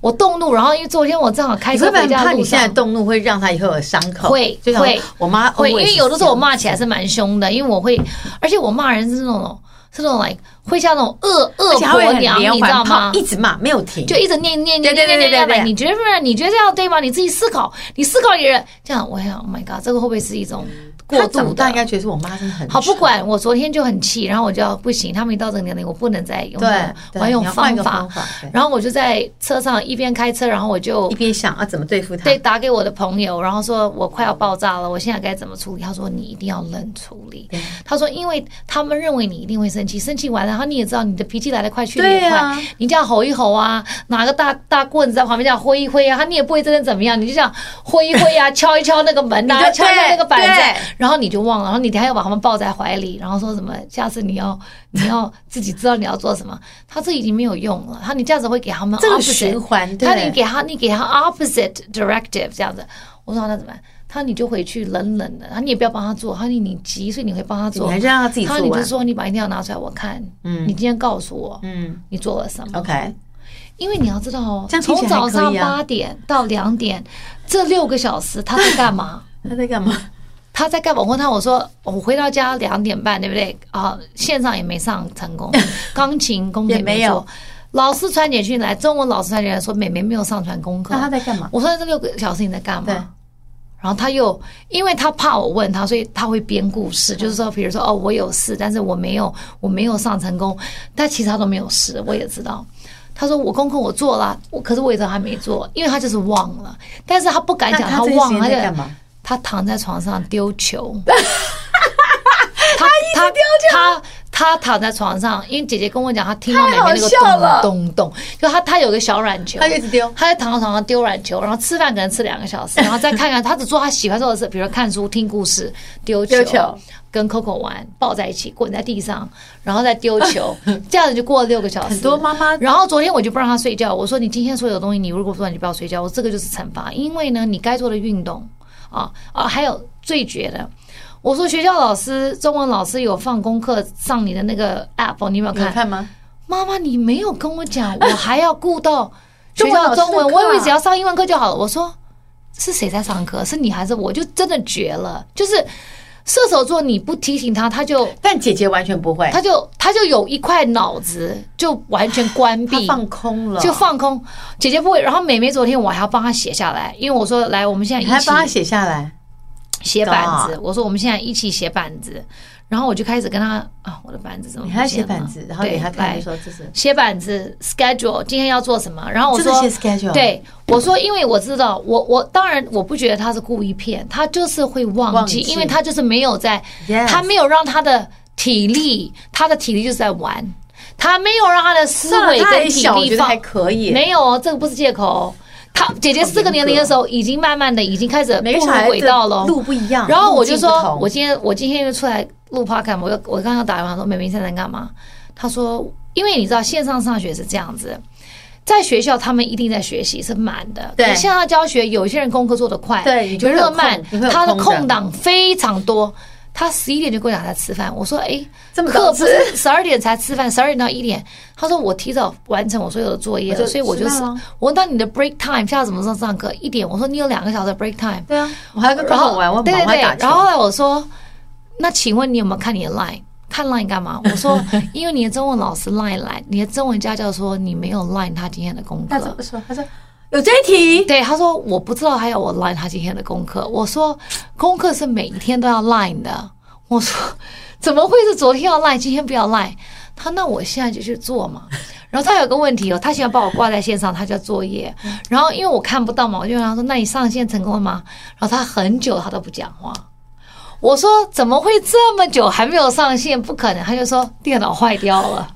Speaker 2: 我动怒，然后因为昨天我正好开
Speaker 1: 你会
Speaker 2: 车
Speaker 1: 不会
Speaker 2: 回
Speaker 1: 很
Speaker 2: 家
Speaker 1: 怕
Speaker 2: 的路
Speaker 1: 你现在
Speaker 2: 上，
Speaker 1: 动怒会让他以后有伤口？
Speaker 2: 会
Speaker 1: 就像
Speaker 2: 会
Speaker 1: 我妈
Speaker 2: 会，因
Speaker 1: always
Speaker 2: 为有的时候我
Speaker 1: 是
Speaker 2: 骂起来是蛮凶的，因为我会，而且我骂人是那种是那种 like 会像那种恶恶
Speaker 1: 这样而且她会
Speaker 2: 婆
Speaker 1: 很
Speaker 2: 娘，
Speaker 1: 连
Speaker 2: 你知道
Speaker 1: 环
Speaker 2: 吗
Speaker 1: 炮，？一直骂没有停，
Speaker 2: 就一直念念
Speaker 1: 对
Speaker 2: 念
Speaker 1: 对
Speaker 2: 念
Speaker 1: 对对对
Speaker 2: 念念念，
Speaker 1: 对
Speaker 2: 你觉得不是？你觉得这样对吗？你自己思考，你思考你的人这样，我想，Oh my god，这个会不会是一种过
Speaker 1: 她
Speaker 2: 度
Speaker 1: 长大
Speaker 2: 的
Speaker 1: 应？该觉得我妈真的很
Speaker 2: 好，不
Speaker 1: 蠢
Speaker 2: 管我昨天就很气，然后我就要不行，他们一到这个年龄，我不能再用
Speaker 1: 对
Speaker 2: 那种，
Speaker 1: 对
Speaker 2: 我要用
Speaker 1: 你要换
Speaker 2: 方
Speaker 1: 一个
Speaker 2: 法
Speaker 1: 方。法，对
Speaker 2: 然后我就在车上一边开车，然后我就
Speaker 1: 一边想啊怎么对付她。
Speaker 2: 对打给我的朋友，然后说我快要爆炸了，我现在该怎么处理？他说你一定要冷处理。他说因为他们认为你一定会生气，生气完了，然后你也知道你的脾气来得快去得也
Speaker 1: 对
Speaker 2: 快，
Speaker 1: 啊
Speaker 2: 你这样吼一吼啊，拿个大大棍子在旁边这样挥
Speaker 1: [laughs]
Speaker 2: 一挥啊，他你也不会真的怎么样，你就这样挥一挥啊，敲一敲那个门
Speaker 1: 你
Speaker 2: 啊，
Speaker 1: 就
Speaker 2: 敲一敲那个板
Speaker 1: 对
Speaker 2: 子
Speaker 1: 对，
Speaker 2: 然后你就忘了，然后你还要把他们抱在怀里，然后说什么下次你要你要自己知道你要做什么，他这已经没有用了，他你这样子会给他们啊
Speaker 1: 这个
Speaker 2: opposite
Speaker 1: 循环对
Speaker 2: 他你给他你给他 opposite directive 这样子，我说那怎么办？他你就回去冷冷的，然后你也不要帮他做，他你你急，所以你会帮他做，
Speaker 1: 你还是让他自己做
Speaker 2: 你就
Speaker 1: 完
Speaker 2: 说你把一定要拿出来我看，嗯，你今天告诉我，嗯，你做了什么？
Speaker 1: OK，
Speaker 2: 因为你要知道哦
Speaker 1: 这，样听
Speaker 2: 从
Speaker 1: 起来还
Speaker 2: 早
Speaker 1: 可以啊
Speaker 2: 上八点到两点，这六个小时他在干嘛？
Speaker 1: 他在干嘛？
Speaker 2: 他在干嘛？我问他，我说我回到家两点半，对不对？啊，线上也没上成
Speaker 1: [laughs]
Speaker 2: 功，钢琴功课
Speaker 1: 也没
Speaker 2: 没
Speaker 1: 有
Speaker 2: 做。老师传简讯来，中文老师传简讯来说，美美没有上传功课。
Speaker 1: 那他在干嘛？
Speaker 2: 我说这六个小时你在干
Speaker 1: 对
Speaker 2: 嘛？然后他又，因为他怕我问他，所以他会编故
Speaker 1: 嗯
Speaker 2: 事，就是说，比如说，哦，我有事，但是我没有，我没有上成功，但其实他都没有事，我也知道。他说我功课我做了，我可是我也知道他没做，因为他就是忘了，但是他不敢
Speaker 1: 那
Speaker 2: 讲
Speaker 1: 他这些
Speaker 2: 忘
Speaker 1: 时
Speaker 2: 了，他
Speaker 1: 间
Speaker 2: 就
Speaker 1: 在干嘛？
Speaker 2: 他躺在床上丢
Speaker 1: [laughs]
Speaker 2: 球，他他丢球，他他躺在床上，因为姐姐跟我讲，她听到妹妹那
Speaker 1: 太好
Speaker 2: 个
Speaker 1: 笑了
Speaker 2: 咚咚咚，就她她有个小软球，
Speaker 1: 她就一直丢
Speaker 2: 她就躺在床上丢软球，然后吃饭可能吃两个
Speaker 1: [laughs]
Speaker 2: 小时，然后再看看，她只做她喜欢做的事，比如说看书、听故事、丢球
Speaker 1: 丢球
Speaker 2: 跟 Coco 玩，抱在一起滚在地上，然后再丢
Speaker 1: [laughs]
Speaker 2: 球，这样子就过了六个小时。
Speaker 1: 很多妈妈
Speaker 2: 然后昨天我就不让他睡觉，我说你今天所有东西，你如果说你不要睡觉，我这个就是惩罚，因为呢，你该做的运动啊啊，还有最绝的，我说学校老师中文老师有放功课上你的那个 app，哦你有没有
Speaker 1: 有
Speaker 2: 看？
Speaker 1: 看吗？
Speaker 2: 妈妈，你没有跟我讲，我还要顾
Speaker 1: [laughs]
Speaker 2: 到学校
Speaker 1: 中
Speaker 2: 中
Speaker 1: 文老师的
Speaker 2: 文，
Speaker 1: 课啊
Speaker 2: 我以为只要上英文课就好了。我说是谁在上课？是你还是我？就真的绝了，就是射手座，你不提醒他，他就。
Speaker 1: 但姐姐完全不会，
Speaker 2: 他就他就有一块脑子就完全关
Speaker 1: 她
Speaker 2: 闭，
Speaker 1: 放空了，
Speaker 2: 就放空。姐姐不会，然后妹妹昨天我还要帮她写下来，因为我说来，我们现在
Speaker 1: 你还
Speaker 2: 一
Speaker 1: 帮她
Speaker 2: 起
Speaker 1: 写下来。
Speaker 2: 哦写板子
Speaker 1: 搞。
Speaker 2: 我说我们现在一起写板子，然后我就开始跟她啊，我的板子怎么
Speaker 1: 你
Speaker 2: 不
Speaker 1: 还要写
Speaker 2: 见了
Speaker 1: 板子，然后
Speaker 2: 对
Speaker 1: 给她看，
Speaker 2: 来
Speaker 1: 就说这是
Speaker 2: 写板子 schedule 今天要做什么，然后我
Speaker 1: 真的
Speaker 2: 说
Speaker 1: 写 schedule
Speaker 2: 对我说，因为我知道，我我当然我不觉得他是故意骗，他就是会忘
Speaker 1: 忘
Speaker 2: 记，
Speaker 1: 记
Speaker 2: 因为他就是没有在
Speaker 1: Yes
Speaker 2: 他没有让他的体力，他的体力就是在玩，他没有让他的思
Speaker 1: 算了
Speaker 2: 维
Speaker 1: 她
Speaker 2: 跟
Speaker 1: 还
Speaker 2: 体
Speaker 1: 小，我
Speaker 2: 力
Speaker 1: 觉得
Speaker 2: 放
Speaker 1: 还可以。
Speaker 2: 没有哦，这个不是借口哦。他姐姐四个年龄的时候，已经慢慢的已经开始
Speaker 1: 每个
Speaker 2: 步
Speaker 1: 小
Speaker 2: 入
Speaker 1: 孩的
Speaker 2: 轨道了。
Speaker 1: 路不一样
Speaker 2: 然后我就
Speaker 1: 路径不
Speaker 2: 说
Speaker 1: 同，
Speaker 2: 我今天我今天又出来录 podcast，我又我刚刚打电话说，美明现在在干嘛？她说，因为你知道线上上学是这样子。在学校，他们一定在学习，是满的。
Speaker 1: 对
Speaker 2: 可是线上教学，有些人功课做得快，
Speaker 1: 对你
Speaker 2: 有
Speaker 1: 就会
Speaker 2: 些
Speaker 1: 有
Speaker 2: 人
Speaker 1: 空
Speaker 2: 慢
Speaker 1: 你会，有
Speaker 2: 他的
Speaker 1: 空
Speaker 2: 空
Speaker 1: 档
Speaker 2: 档非常多。他十一点就跟我讲他吃饭，我说：“哎，
Speaker 1: 这么
Speaker 2: 课
Speaker 1: 早
Speaker 2: 不是十二点才吃饭，十二点到一点。”他说：“我提早完成我所有的作业
Speaker 1: 我
Speaker 2: 了，
Speaker 1: 就
Speaker 2: 所以我就
Speaker 1: 吃
Speaker 2: 是
Speaker 1: 饭了
Speaker 2: 我到你的 break time 下次什么时候上课？一点。”我说：“你有两个小时的 break time。”
Speaker 1: 对啊，我还要跟
Speaker 2: 然
Speaker 1: 朋
Speaker 2: 后
Speaker 1: 友玩，我
Speaker 2: 对
Speaker 1: 忙
Speaker 2: 对
Speaker 1: 还
Speaker 2: 对
Speaker 1: 打，球
Speaker 2: 然。后后来我说，那请问你有没有看你的 line？看 line 干嘛？我说， [laughs] 因为你的中文老师 line 来，你的中文家教说你没有 line 他今天的功
Speaker 1: 他怎
Speaker 2: 课
Speaker 1: 么。说？他说有这一题，
Speaker 2: 对，他说我不知道还有我 line 他今天的功课。我说功课是每一天都要 line 的。我说怎么会是昨天要 line，今天不要 line？他那我现在就去做嘛。然后他有个问题哦，他喜欢把我挂在线上，他叫作业。然后因为我看不到嘛，我就问他说：“那你上线成功了吗？”然后他很久他都不讲话。我说怎么会这么久还没有上线？不可能，他就说电脑坏掉了。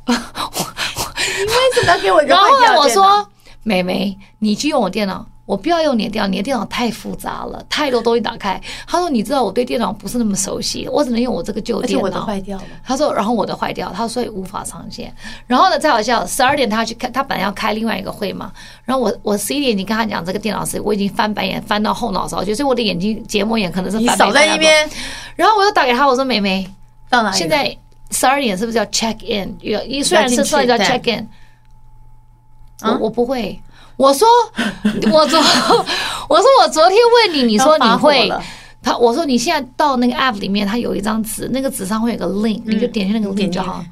Speaker 1: 你为什么要给我一个
Speaker 2: 然后
Speaker 1: 换
Speaker 2: 后
Speaker 1: 掉
Speaker 2: 来
Speaker 1: 的
Speaker 2: 我
Speaker 1: 电脑
Speaker 2: 说：“美眉，你去用我电脑，我不要用你的电脑，你的电脑太复杂了，太多东西打开。”他说：“你知道我对电脑不是那么熟悉，我只能用我这个旧
Speaker 1: 而且
Speaker 2: 电
Speaker 1: 我的
Speaker 2: 脑。
Speaker 1: 坏”掉了。
Speaker 2: 他说：“然后我的坏掉，他说所以无法上线。”然后呢，再好笑，十二点他要去开，他本来要开另外一个会嘛。然后我我十一点已经跟他讲这个电脑事，我已经翻白眼翻到后脑勺去，所以我的眼睛结膜炎可能是
Speaker 1: 你
Speaker 2: 翻
Speaker 1: 少
Speaker 2: 白眼
Speaker 1: 在
Speaker 2: 翻
Speaker 1: 那
Speaker 2: 到
Speaker 1: 边
Speaker 2: 然后我又打给他，我说：“美眉，
Speaker 1: 到哪里了？
Speaker 2: 现在十二点是不是叫 check in？有一虽然
Speaker 1: 哎要进
Speaker 2: 是
Speaker 1: 去
Speaker 2: 说叫
Speaker 1: 对
Speaker 2: check in，我、
Speaker 1: 啊
Speaker 2: 我不会。我
Speaker 1: [laughs]
Speaker 2: 说我昨我说我昨天问你，你说你
Speaker 1: 要发火
Speaker 2: 会
Speaker 1: 了。
Speaker 2: 他我说你现在到那个 app 里面，它有一张纸，那个纸上会有个 link，、你就点进那
Speaker 1: 嗯
Speaker 2: 个
Speaker 1: 你
Speaker 2: link
Speaker 1: 点
Speaker 2: 就
Speaker 1: 进
Speaker 2: 好
Speaker 1: 去。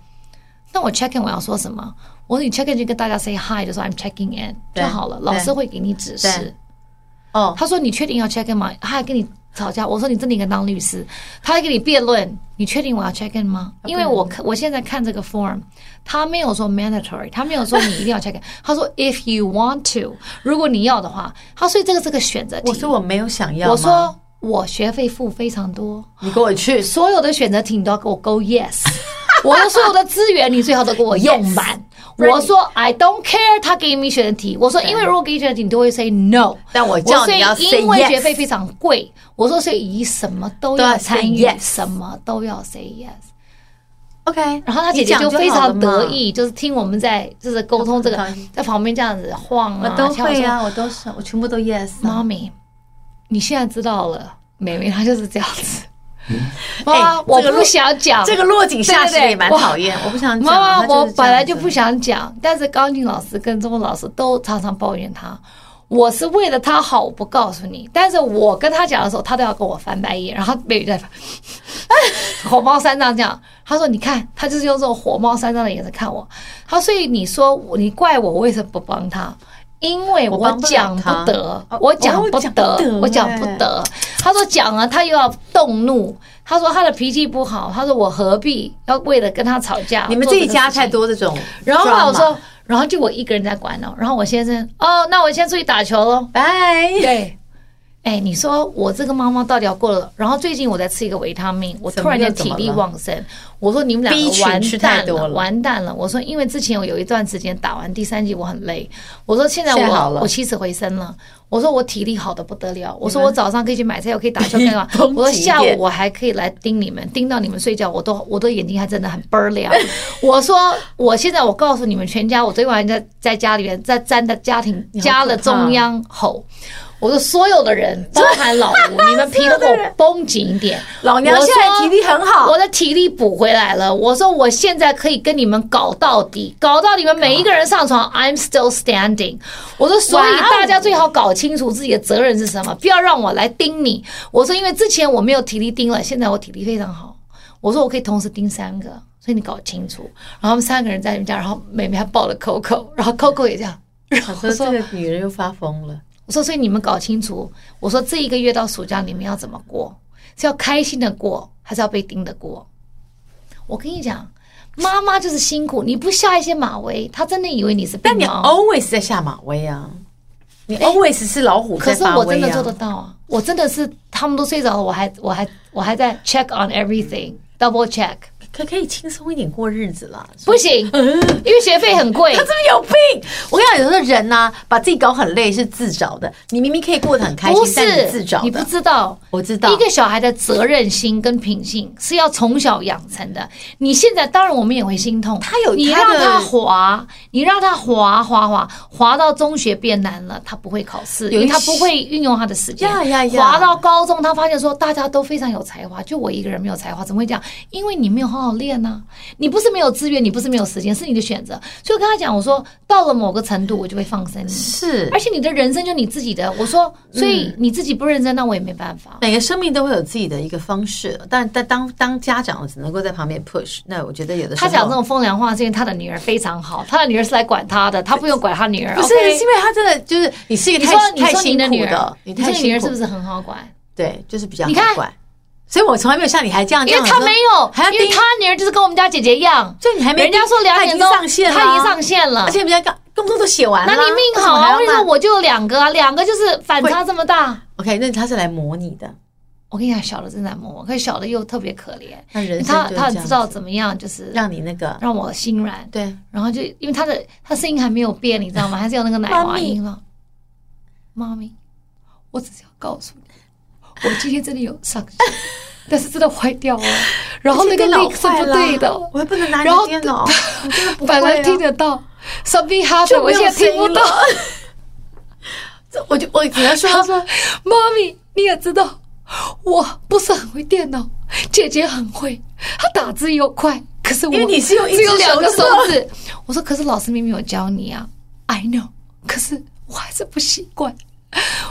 Speaker 2: 那我 check in 我要说什么？我说你 check in 就跟大家 say hi，就说 I'm checking in 就
Speaker 1: 对
Speaker 2: 好了，老
Speaker 1: 对
Speaker 2: 师会给你指
Speaker 1: 对
Speaker 2: 示。
Speaker 1: 哦，
Speaker 2: 他说你确定要 check in 吗？他还跟你吵架。我说你真的应该当律师。他还跟你辩论，你确定我要 check in 吗？
Speaker 1: 啊
Speaker 2: 因为我看我现在看这个 form，他没有说 mandatory，他没有说你一定要 check in，他说 if you want to，如果你要的话，他所以这个是个选择题。
Speaker 1: 我说我没有想要吗。
Speaker 2: 我说我学费付非常多，
Speaker 1: 你跟我去，
Speaker 2: 所有的选择题你都要给我勾 yes。 [laughs] 我的所有的资源你最好都给我用满。我说 I don't care，他给你选择题，我说因为如果给你选择题，你都会 say no。
Speaker 1: 但我叫你要
Speaker 2: 我所
Speaker 1: say
Speaker 2: 以因为
Speaker 1: yes
Speaker 2: 学费非常贵，我说所以以什么都
Speaker 1: 都要
Speaker 2: 要
Speaker 1: say
Speaker 2: 参与
Speaker 1: yes，
Speaker 2: 什么都要 say yes。
Speaker 1: OK，
Speaker 2: 然后他姐
Speaker 1: 你
Speaker 2: 姐
Speaker 1: 讲
Speaker 2: 就
Speaker 1: 就
Speaker 2: 非
Speaker 1: 好了
Speaker 2: 常得
Speaker 1: 嘛，
Speaker 2: 意，就是听我们在就是沟通这个
Speaker 1: 很开心，
Speaker 2: 在旁边这样子晃
Speaker 1: 我
Speaker 2: 啊，
Speaker 1: 都
Speaker 2: 敲
Speaker 1: 会
Speaker 2: 说
Speaker 1: 啊，我都是，我全部都 yes 啊
Speaker 2: 妈。咪，你现在知道了，妹妹她就是这样子。妈，
Speaker 1: 哎
Speaker 2: 我
Speaker 1: 这个
Speaker 2: 不
Speaker 1: 路
Speaker 2: 想讲
Speaker 1: 这个落井下石
Speaker 2: 对对对
Speaker 1: 也蛮
Speaker 2: 我
Speaker 1: 讨厌，我不想讲。
Speaker 2: 妈
Speaker 1: 他
Speaker 2: 妈，
Speaker 1: 就是
Speaker 2: 我
Speaker 1: 这样
Speaker 2: 本来就
Speaker 1: 子
Speaker 2: 不想讲，但是钢琴老师跟中文老师都常常抱怨他。我是为了他好，我不告诉你。但是我跟他讲的时候，他都要跟我翻白眼，然后妹妹在翻 [laughs] 火冒三丈这样。他说：“你看，他就是用这种火冒三丈的眼神看我。”他说所以你说我你怪我为什么不帮他？因为
Speaker 1: 我
Speaker 2: 我
Speaker 1: 帮不了
Speaker 2: 讲不
Speaker 1: 他
Speaker 2: 得
Speaker 1: 哦，
Speaker 2: 我讲
Speaker 1: 哦
Speaker 2: 不
Speaker 1: 讲不
Speaker 2: 得
Speaker 1: 得，
Speaker 2: 我讲不
Speaker 1: 哎
Speaker 2: 得。他说讲了，他又要动怒。他说他的脾气不好，他说我何必要为了跟他吵架？
Speaker 1: 你们
Speaker 2: 做
Speaker 1: 自
Speaker 2: 这
Speaker 1: 己
Speaker 2: 个
Speaker 1: 家
Speaker 2: 事情
Speaker 1: 太。多这种 drama。
Speaker 2: 然后后来我说，然后就我一个人在管了。然后我先生，哦，那我先出去打球喽。
Speaker 1: 拜，
Speaker 2: 对，哎，你说我这个妈妈到底要过了？然后最近我在吃一个维他命，我突然间体力旺盛。我说你们两
Speaker 1: B
Speaker 2: 个
Speaker 1: 群
Speaker 2: 完
Speaker 1: 吃太
Speaker 2: 蛋
Speaker 1: 多
Speaker 2: 了，
Speaker 1: 了
Speaker 2: 完蛋了。我说因为之前我有一段时间打完第三季我很累，我说现在
Speaker 1: 现在好
Speaker 2: 我
Speaker 1: 了
Speaker 2: 我起死回生了。我说我体力好的不得了，我说我早上可以去买菜，我可以打球干嘛？
Speaker 1: 风
Speaker 2: 我说
Speaker 1: 景
Speaker 2: 下午
Speaker 1: 点
Speaker 2: 我还可以来盯你们，盯到你们睡觉，我都我的眼睛还真的很倍儿
Speaker 1: [laughs]
Speaker 2: 亮。我说我现在我告诉你们全家，我昨天晚上在在家里面在站在家庭
Speaker 1: 你好
Speaker 2: 家的
Speaker 1: 可怕
Speaker 2: 中央吼。我说所有的人，包含老吴，你们皮都给我绷紧一点。
Speaker 1: 老娘
Speaker 2: 我
Speaker 1: 现在
Speaker 2: 说
Speaker 1: 体力很好
Speaker 2: 我的体力补回来了。我说我现在可以跟你们搞到底，搞到你们每一个人上床，I'm still standing。我说，所以
Speaker 1: 哇哦
Speaker 2: 大家最好搞清楚自己的责任是什么，不要让我来盯你。我说，因为之前我没有体力盯了，现在我体力非常好。我说我可以同时盯三个，所以你搞清楚。然后他们三个人在你们家，然后妹妹还抱了 Coco，然后 Coco 也这样。
Speaker 1: [laughs] 我说这个女人又发疯了。
Speaker 2: 我说，所以你们搞清楚，我说这一个月到暑假你们要怎么过？是要开心的过，还是要被盯的过？我跟你讲，妈妈就是辛苦，你不下一些马威，她真的以为你是
Speaker 1: 但
Speaker 2: 病
Speaker 1: 你
Speaker 2: 猫。
Speaker 1: always 在下马威啊，你 always 是老虎
Speaker 2: 可
Speaker 1: 在
Speaker 2: 是
Speaker 1: 发
Speaker 2: 我
Speaker 1: 威
Speaker 2: 真的做
Speaker 1: 啊
Speaker 2: 得。到啊！我真的是，他们都睡着了，我还我还我还在 check on everything，double check，
Speaker 1: 可可以轻松一点过日子啦。[laughs]
Speaker 2: 不行，因为学费很贵
Speaker 1: 他。真的有病！我跟你讲，有时候人呐、把自己搞很累是自找的。你明明可以过得很开
Speaker 2: 不
Speaker 1: 心，但
Speaker 2: 是
Speaker 1: 你自找
Speaker 2: 你不
Speaker 1: 的。
Speaker 2: 知道，
Speaker 1: 我知道
Speaker 2: 一个小孩的责任心跟品性是要从小养成的。你现在当然我们也会心痛，
Speaker 1: 他有
Speaker 2: 你
Speaker 1: 他
Speaker 2: 让
Speaker 1: 的
Speaker 2: 他滑，你让他滑滑滑滑到中学变难了，他不会考试，因
Speaker 1: 有一
Speaker 2: 为他不会运用他的时间。
Speaker 1: 呀呀呀
Speaker 2: 滑到高中，他发现说大家都非常有才华，就我一个人没有才华，怎么会这样？因为你没有好好练呐、你不是没有资源，你不是没有时间，是你的选择。所以我跟他讲，我说到了某个程度，我就会放生你。
Speaker 1: 是嗯
Speaker 2: 而且你的人生就你自己的，我说，所以你自己不认真，那我也没办法。
Speaker 1: 每个生命都会有自己的一个方式，但但当当家长只能够在旁边 push，那我觉得有的时
Speaker 2: 他
Speaker 1: 候
Speaker 2: 讲这种风凉话是因为他的女儿非常好，他的女儿是来管他的，他不用管他女儿。
Speaker 1: 不是
Speaker 2: OK
Speaker 1: 是因为他真的就是你是一个
Speaker 2: 你
Speaker 1: 太
Speaker 2: 说你
Speaker 1: 太
Speaker 2: 说你
Speaker 1: 辛
Speaker 2: 的女
Speaker 1: 苦
Speaker 2: 儿
Speaker 1: 的，，
Speaker 2: 你
Speaker 1: 太
Speaker 2: 说你女
Speaker 1: 辛
Speaker 2: 儿
Speaker 1: 苦
Speaker 2: 是不是很好管？
Speaker 1: 对，就是比较
Speaker 2: 你看
Speaker 1: 好怪。所以我从来没有像你还这样，
Speaker 2: 因为
Speaker 1: 这样
Speaker 2: 他
Speaker 1: 说
Speaker 2: 没有
Speaker 1: 还要，
Speaker 2: 因为
Speaker 1: 盯
Speaker 2: 他女儿就是跟我们家姐姐一样，
Speaker 1: 就你还没
Speaker 2: 人家
Speaker 1: 盯
Speaker 2: 说两
Speaker 1: 他已
Speaker 2: 点
Speaker 1: 经
Speaker 2: 钟
Speaker 1: 上线了啊
Speaker 2: 他已经上线了
Speaker 1: 而且。人家刚工作都写完
Speaker 2: 那
Speaker 1: 了，
Speaker 2: 你命好啊！为什么我就有两个啊？两个就是反差这么大。
Speaker 1: 我？OK，那他是来磨你的，
Speaker 2: 我跟你讲，小的真难磨，可是小的又特别可怜，
Speaker 1: 那人生
Speaker 2: 他
Speaker 1: 就是
Speaker 2: 他
Speaker 1: 这
Speaker 2: 很
Speaker 1: 样
Speaker 2: 知道
Speaker 1: 子
Speaker 2: 怎么样，就是
Speaker 1: 让你那个
Speaker 2: 让我心软。
Speaker 1: 对
Speaker 2: 然后就因为他的他声音还没有变，你知道吗？还是有那个奶
Speaker 1: 妈
Speaker 2: 娃
Speaker 1: 咪
Speaker 2: 音了。妈咪，我只是要告诉你，我今天真的有
Speaker 1: [laughs]
Speaker 2: 上心，但是真的坏掉了。然后那个
Speaker 1: 电脑
Speaker 2: link 是
Speaker 1: 坏
Speaker 2: 不
Speaker 1: 了，啊
Speaker 2: 对的，
Speaker 1: 我又不能拿你
Speaker 2: 然后
Speaker 1: 的电脑，我真的不会啊
Speaker 2: 本来听得到，something happened，
Speaker 1: 就
Speaker 2: 我
Speaker 1: 没有
Speaker 2: 现在听不
Speaker 1: 声音
Speaker 2: 到。
Speaker 1: 了 [laughs] 这我就我只能说
Speaker 2: 他说：“妈咪，你也知道，我不是很会电脑，姐姐很会，她打字又快。可是我
Speaker 1: 因为你是用一
Speaker 2: 只有
Speaker 1: 只
Speaker 2: 两个手
Speaker 1: 手
Speaker 2: 指。”我说：“可是老师明明有教你啊，I know，可是我还是不习惯，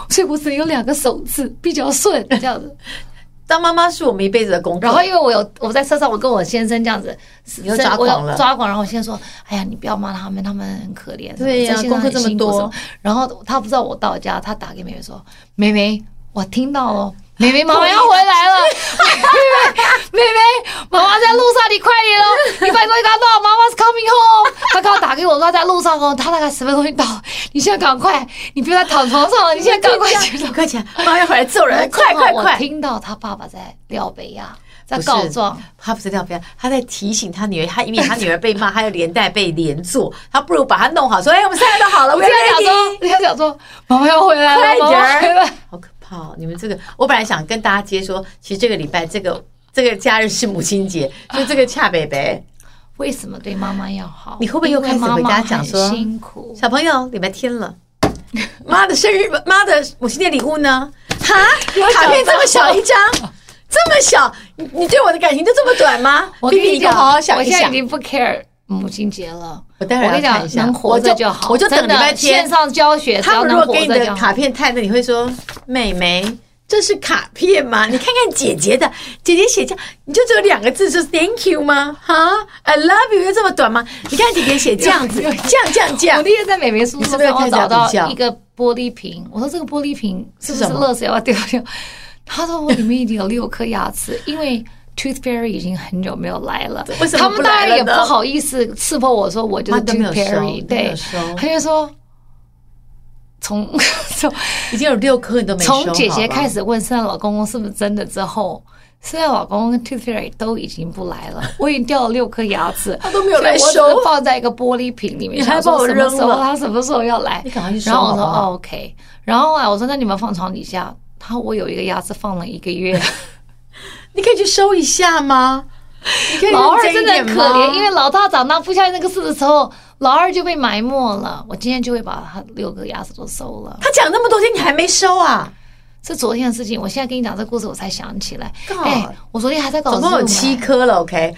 Speaker 2: 所以我只有两个手指比较顺这样子。
Speaker 1: 当妈妈是我们一辈子的工作，
Speaker 2: 然后因为我有我在车上，我跟我先生这样子，
Speaker 1: 你又抓
Speaker 2: 我
Speaker 1: 狂
Speaker 2: 有
Speaker 1: 了
Speaker 2: 抓狂，然后我先生说：‘哎呀，你不要骂他们，他们很可怜，
Speaker 1: 对呀
Speaker 2: 在线上
Speaker 1: 功课
Speaker 2: 很
Speaker 1: 这么
Speaker 2: 辛苦
Speaker 1: 多
Speaker 2: 什么’然后他不知道我到家，他打给妹妹说：‘妹妹，我听到
Speaker 1: [laughs]
Speaker 2: 了。’妹妹，妈妈要回来了。妹妹，妹妹，妈妈在路上，你快
Speaker 1: [laughs]
Speaker 2: 点哦！你把东西拿到，妈妈是 coming home。他刚打给我说在路上哦，他大概十分钟就到。你现在赶快，你别再躺床上了，你现在赶快去。
Speaker 1: [laughs] 快起来，妈妈要回来揍人，快快
Speaker 2: 我
Speaker 1: 快！
Speaker 2: 听到他爸爸在廖北亚，在
Speaker 1: 不是
Speaker 2: 告状。
Speaker 1: 他不是廖飞，他在提醒他女儿，他因为他女儿被骂，他又连带被连坐，他不如把它弄好，说：“哎、我们现在都好了，
Speaker 2: 我
Speaker 1: 我
Speaker 2: 现
Speaker 1: 要
Speaker 2: 在想说，我现在想说，妈妈要回来了，妈妈
Speaker 1: 快
Speaker 2: 回
Speaker 1: 点
Speaker 2: 来。
Speaker 1: 好可怕哦！你们这个，我本来想跟大家接说，其实这个礼拜这个这个假日是母亲节，就这个恰北北
Speaker 2: 为什么对妈妈要好？
Speaker 1: 你会不会又开始回家讲说
Speaker 2: 因为妈妈很辛苦？
Speaker 1: 小朋友礼拜天了，妈的生日，妈的母亲节礼物呢？哈，卡片这么小一张，这么小，你你对我的感情就这么短吗？
Speaker 2: 我跟
Speaker 1: 比比
Speaker 2: 你
Speaker 1: 给我
Speaker 2: 讲，
Speaker 1: 好好想
Speaker 2: 我
Speaker 1: 一
Speaker 2: 现在
Speaker 1: 想
Speaker 2: 已。经不 care 母亲节了。
Speaker 1: 我待会儿
Speaker 2: 我跟你
Speaker 1: 要看一
Speaker 2: 讲，
Speaker 1: 下
Speaker 2: 能活着好。
Speaker 1: 我就我就等
Speaker 2: 真的
Speaker 1: 礼拜天
Speaker 2: 线上教学，只
Speaker 1: 他
Speaker 2: 要
Speaker 1: 们如
Speaker 2: 能
Speaker 1: 果
Speaker 2: 活
Speaker 1: 给你
Speaker 2: 着
Speaker 1: 的
Speaker 2: 就好。
Speaker 1: 卡片太那，你会说妹妹。这是卡片吗？你看看姐姐的，姐姐写这样，你就只有两个字，就是 Thank you 吗？哈，I love you 就这么短吗？你看姐姐写这样
Speaker 2: [laughs]
Speaker 1: 子，这样这样这
Speaker 2: 我
Speaker 1: 样
Speaker 2: 那，天在美眉宿
Speaker 1: 你是
Speaker 2: 舍
Speaker 1: 不是
Speaker 2: 上，我
Speaker 1: 开始
Speaker 2: 找
Speaker 1: 要
Speaker 2: 到
Speaker 1: 比较
Speaker 2: 一个玻璃瓶，我说这个玻璃瓶是不
Speaker 1: 是
Speaker 2: 是
Speaker 1: 什么
Speaker 2: 乐啊死要掉掉？他说我里面已经有六颗牙齿， [laughs] 因为 Tooth Fairy 已经很久没有来了。
Speaker 1: 为什么
Speaker 2: 他
Speaker 1: 不
Speaker 2: 们当
Speaker 1: 来了呢
Speaker 2: 然也不好意思刺破我说我就
Speaker 1: 妈
Speaker 2: 是
Speaker 1: 都没有
Speaker 2: Tooth
Speaker 1: 收都
Speaker 2: Fairy，
Speaker 1: 没有
Speaker 2: 对
Speaker 1: 收，
Speaker 2: 他就说从 [laughs] 从
Speaker 1: 已经有六颗你都没收
Speaker 2: 从姐姐开
Speaker 1: 好
Speaker 2: 始问圣诞老公公是不是真的之后，圣诞老公公跟 Tooth Fairy 都已经不来了，我已经掉了六颗牙齿，
Speaker 1: [laughs] 他都没有来
Speaker 2: 所以
Speaker 1: 收
Speaker 2: 我只是放在一个玻璃瓶里面，
Speaker 1: 你还
Speaker 2: 想说
Speaker 1: 把我
Speaker 2: 什么时
Speaker 1: 扔
Speaker 2: 候
Speaker 1: 了
Speaker 2: 他什么时候要来
Speaker 1: 你赶快去，收
Speaker 2: 然后我说
Speaker 1: 好不好
Speaker 2: 哦 OK，然后啊我说那你们放床底下，他我有一个牙齿放了一
Speaker 1: [laughs]
Speaker 2: 个月，
Speaker 1: 吧，你可以去收一下吗？你可以
Speaker 2: 老二
Speaker 1: 认真
Speaker 2: 真
Speaker 1: 一
Speaker 2: 的
Speaker 1: 点
Speaker 2: 很可怜，
Speaker 1: 吗
Speaker 2: 因为老大长大不下那个事的时候，老二就被埋没了，我今天就会把他六个牙齿都收了。
Speaker 1: 他讲那么多天，你还没收啊？
Speaker 2: 这昨天的事情，我现在跟你讲这故事，我才想起来。
Speaker 1: God
Speaker 2: 哎、我昨天还在搞
Speaker 1: 总共有
Speaker 2: Zoom，
Speaker 1: 七
Speaker 2: 哎
Speaker 1: 颗了，OK。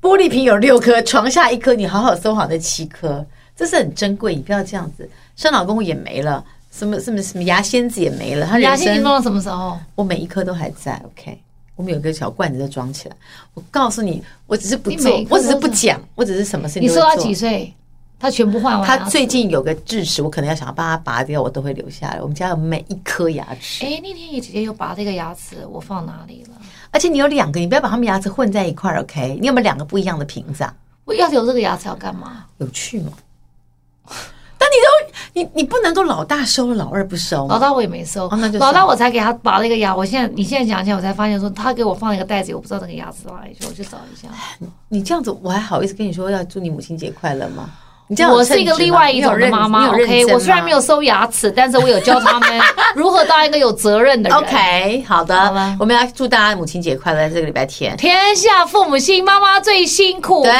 Speaker 1: 玻璃瓶有六颗，床下一颗，你好好收好那七颗，这是很珍贵，你不要这样子。生老公也没了，什么什么什么牙仙子也没了，他
Speaker 2: 牙
Speaker 1: 人
Speaker 2: 线你
Speaker 1: 生
Speaker 2: 弄到什么时候？
Speaker 1: 我每一颗都还在，OK。我们有一个小罐子都装起来。我告诉你，我只是不
Speaker 2: 你每
Speaker 1: 做
Speaker 2: 一，颗
Speaker 1: 我只是
Speaker 2: 都
Speaker 1: 不
Speaker 2: 是
Speaker 1: 讲，我只是什么事情
Speaker 2: 你
Speaker 1: 都
Speaker 2: 说
Speaker 1: 会
Speaker 2: 他
Speaker 1: 做
Speaker 2: 几岁？他全部换完
Speaker 1: 他
Speaker 2: 牙齿
Speaker 1: 最近有个智齿，我可能要想要帮他拔掉，我都会留下来。我们家有每一颗牙齿，
Speaker 2: 哎，那天也姐姐有拔这个牙齿，我放哪里了？
Speaker 1: 而且你有两个，你不要把它们牙齿混在一块儿，OK？你有没有两个不一样的瓶子啊？
Speaker 2: 我要留这个牙齿要干嘛？
Speaker 1: 有趣吗？但你都你你不能够老大收了老二不收
Speaker 2: 老
Speaker 1: 嘛？
Speaker 2: 大我也没收，
Speaker 1: 哦那就
Speaker 2: 老
Speaker 1: 算
Speaker 2: 大我才给他拔了一个牙。我现在你现在讲起来，我才发现说他给我放了一个袋子，我不知道那个牙齿放哪里去，我去找一下。
Speaker 1: 你这样子我还好意思跟你说要祝你母亲节快乐吗？你这样
Speaker 2: 我是一个另外一种的妈妈，OK？我虽然没
Speaker 1: 有
Speaker 2: 有收牙齿，但是我有教他们如何当一个有责任的人。
Speaker 1: [laughs] OK 好
Speaker 2: 好吧
Speaker 1: 的，我们要祝大家母亲节快乐，在这个礼拜天。
Speaker 2: 天下父母心，妈妈最辛苦。
Speaker 1: 对，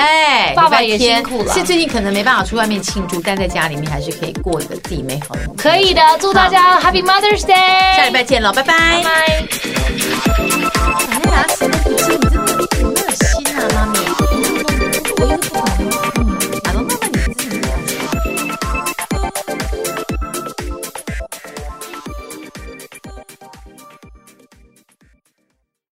Speaker 2: 爸爸
Speaker 1: 礼拜
Speaker 2: 也
Speaker 1: 天
Speaker 2: 辛苦了
Speaker 1: 是最近可能没办法去外面庆祝，但在家里面还是可以过一个自己美好的。
Speaker 2: 哎可以的，祝大家 Happy Mother's Day！
Speaker 1: 下礼拜见了，拜拜
Speaker 2: 拜拜。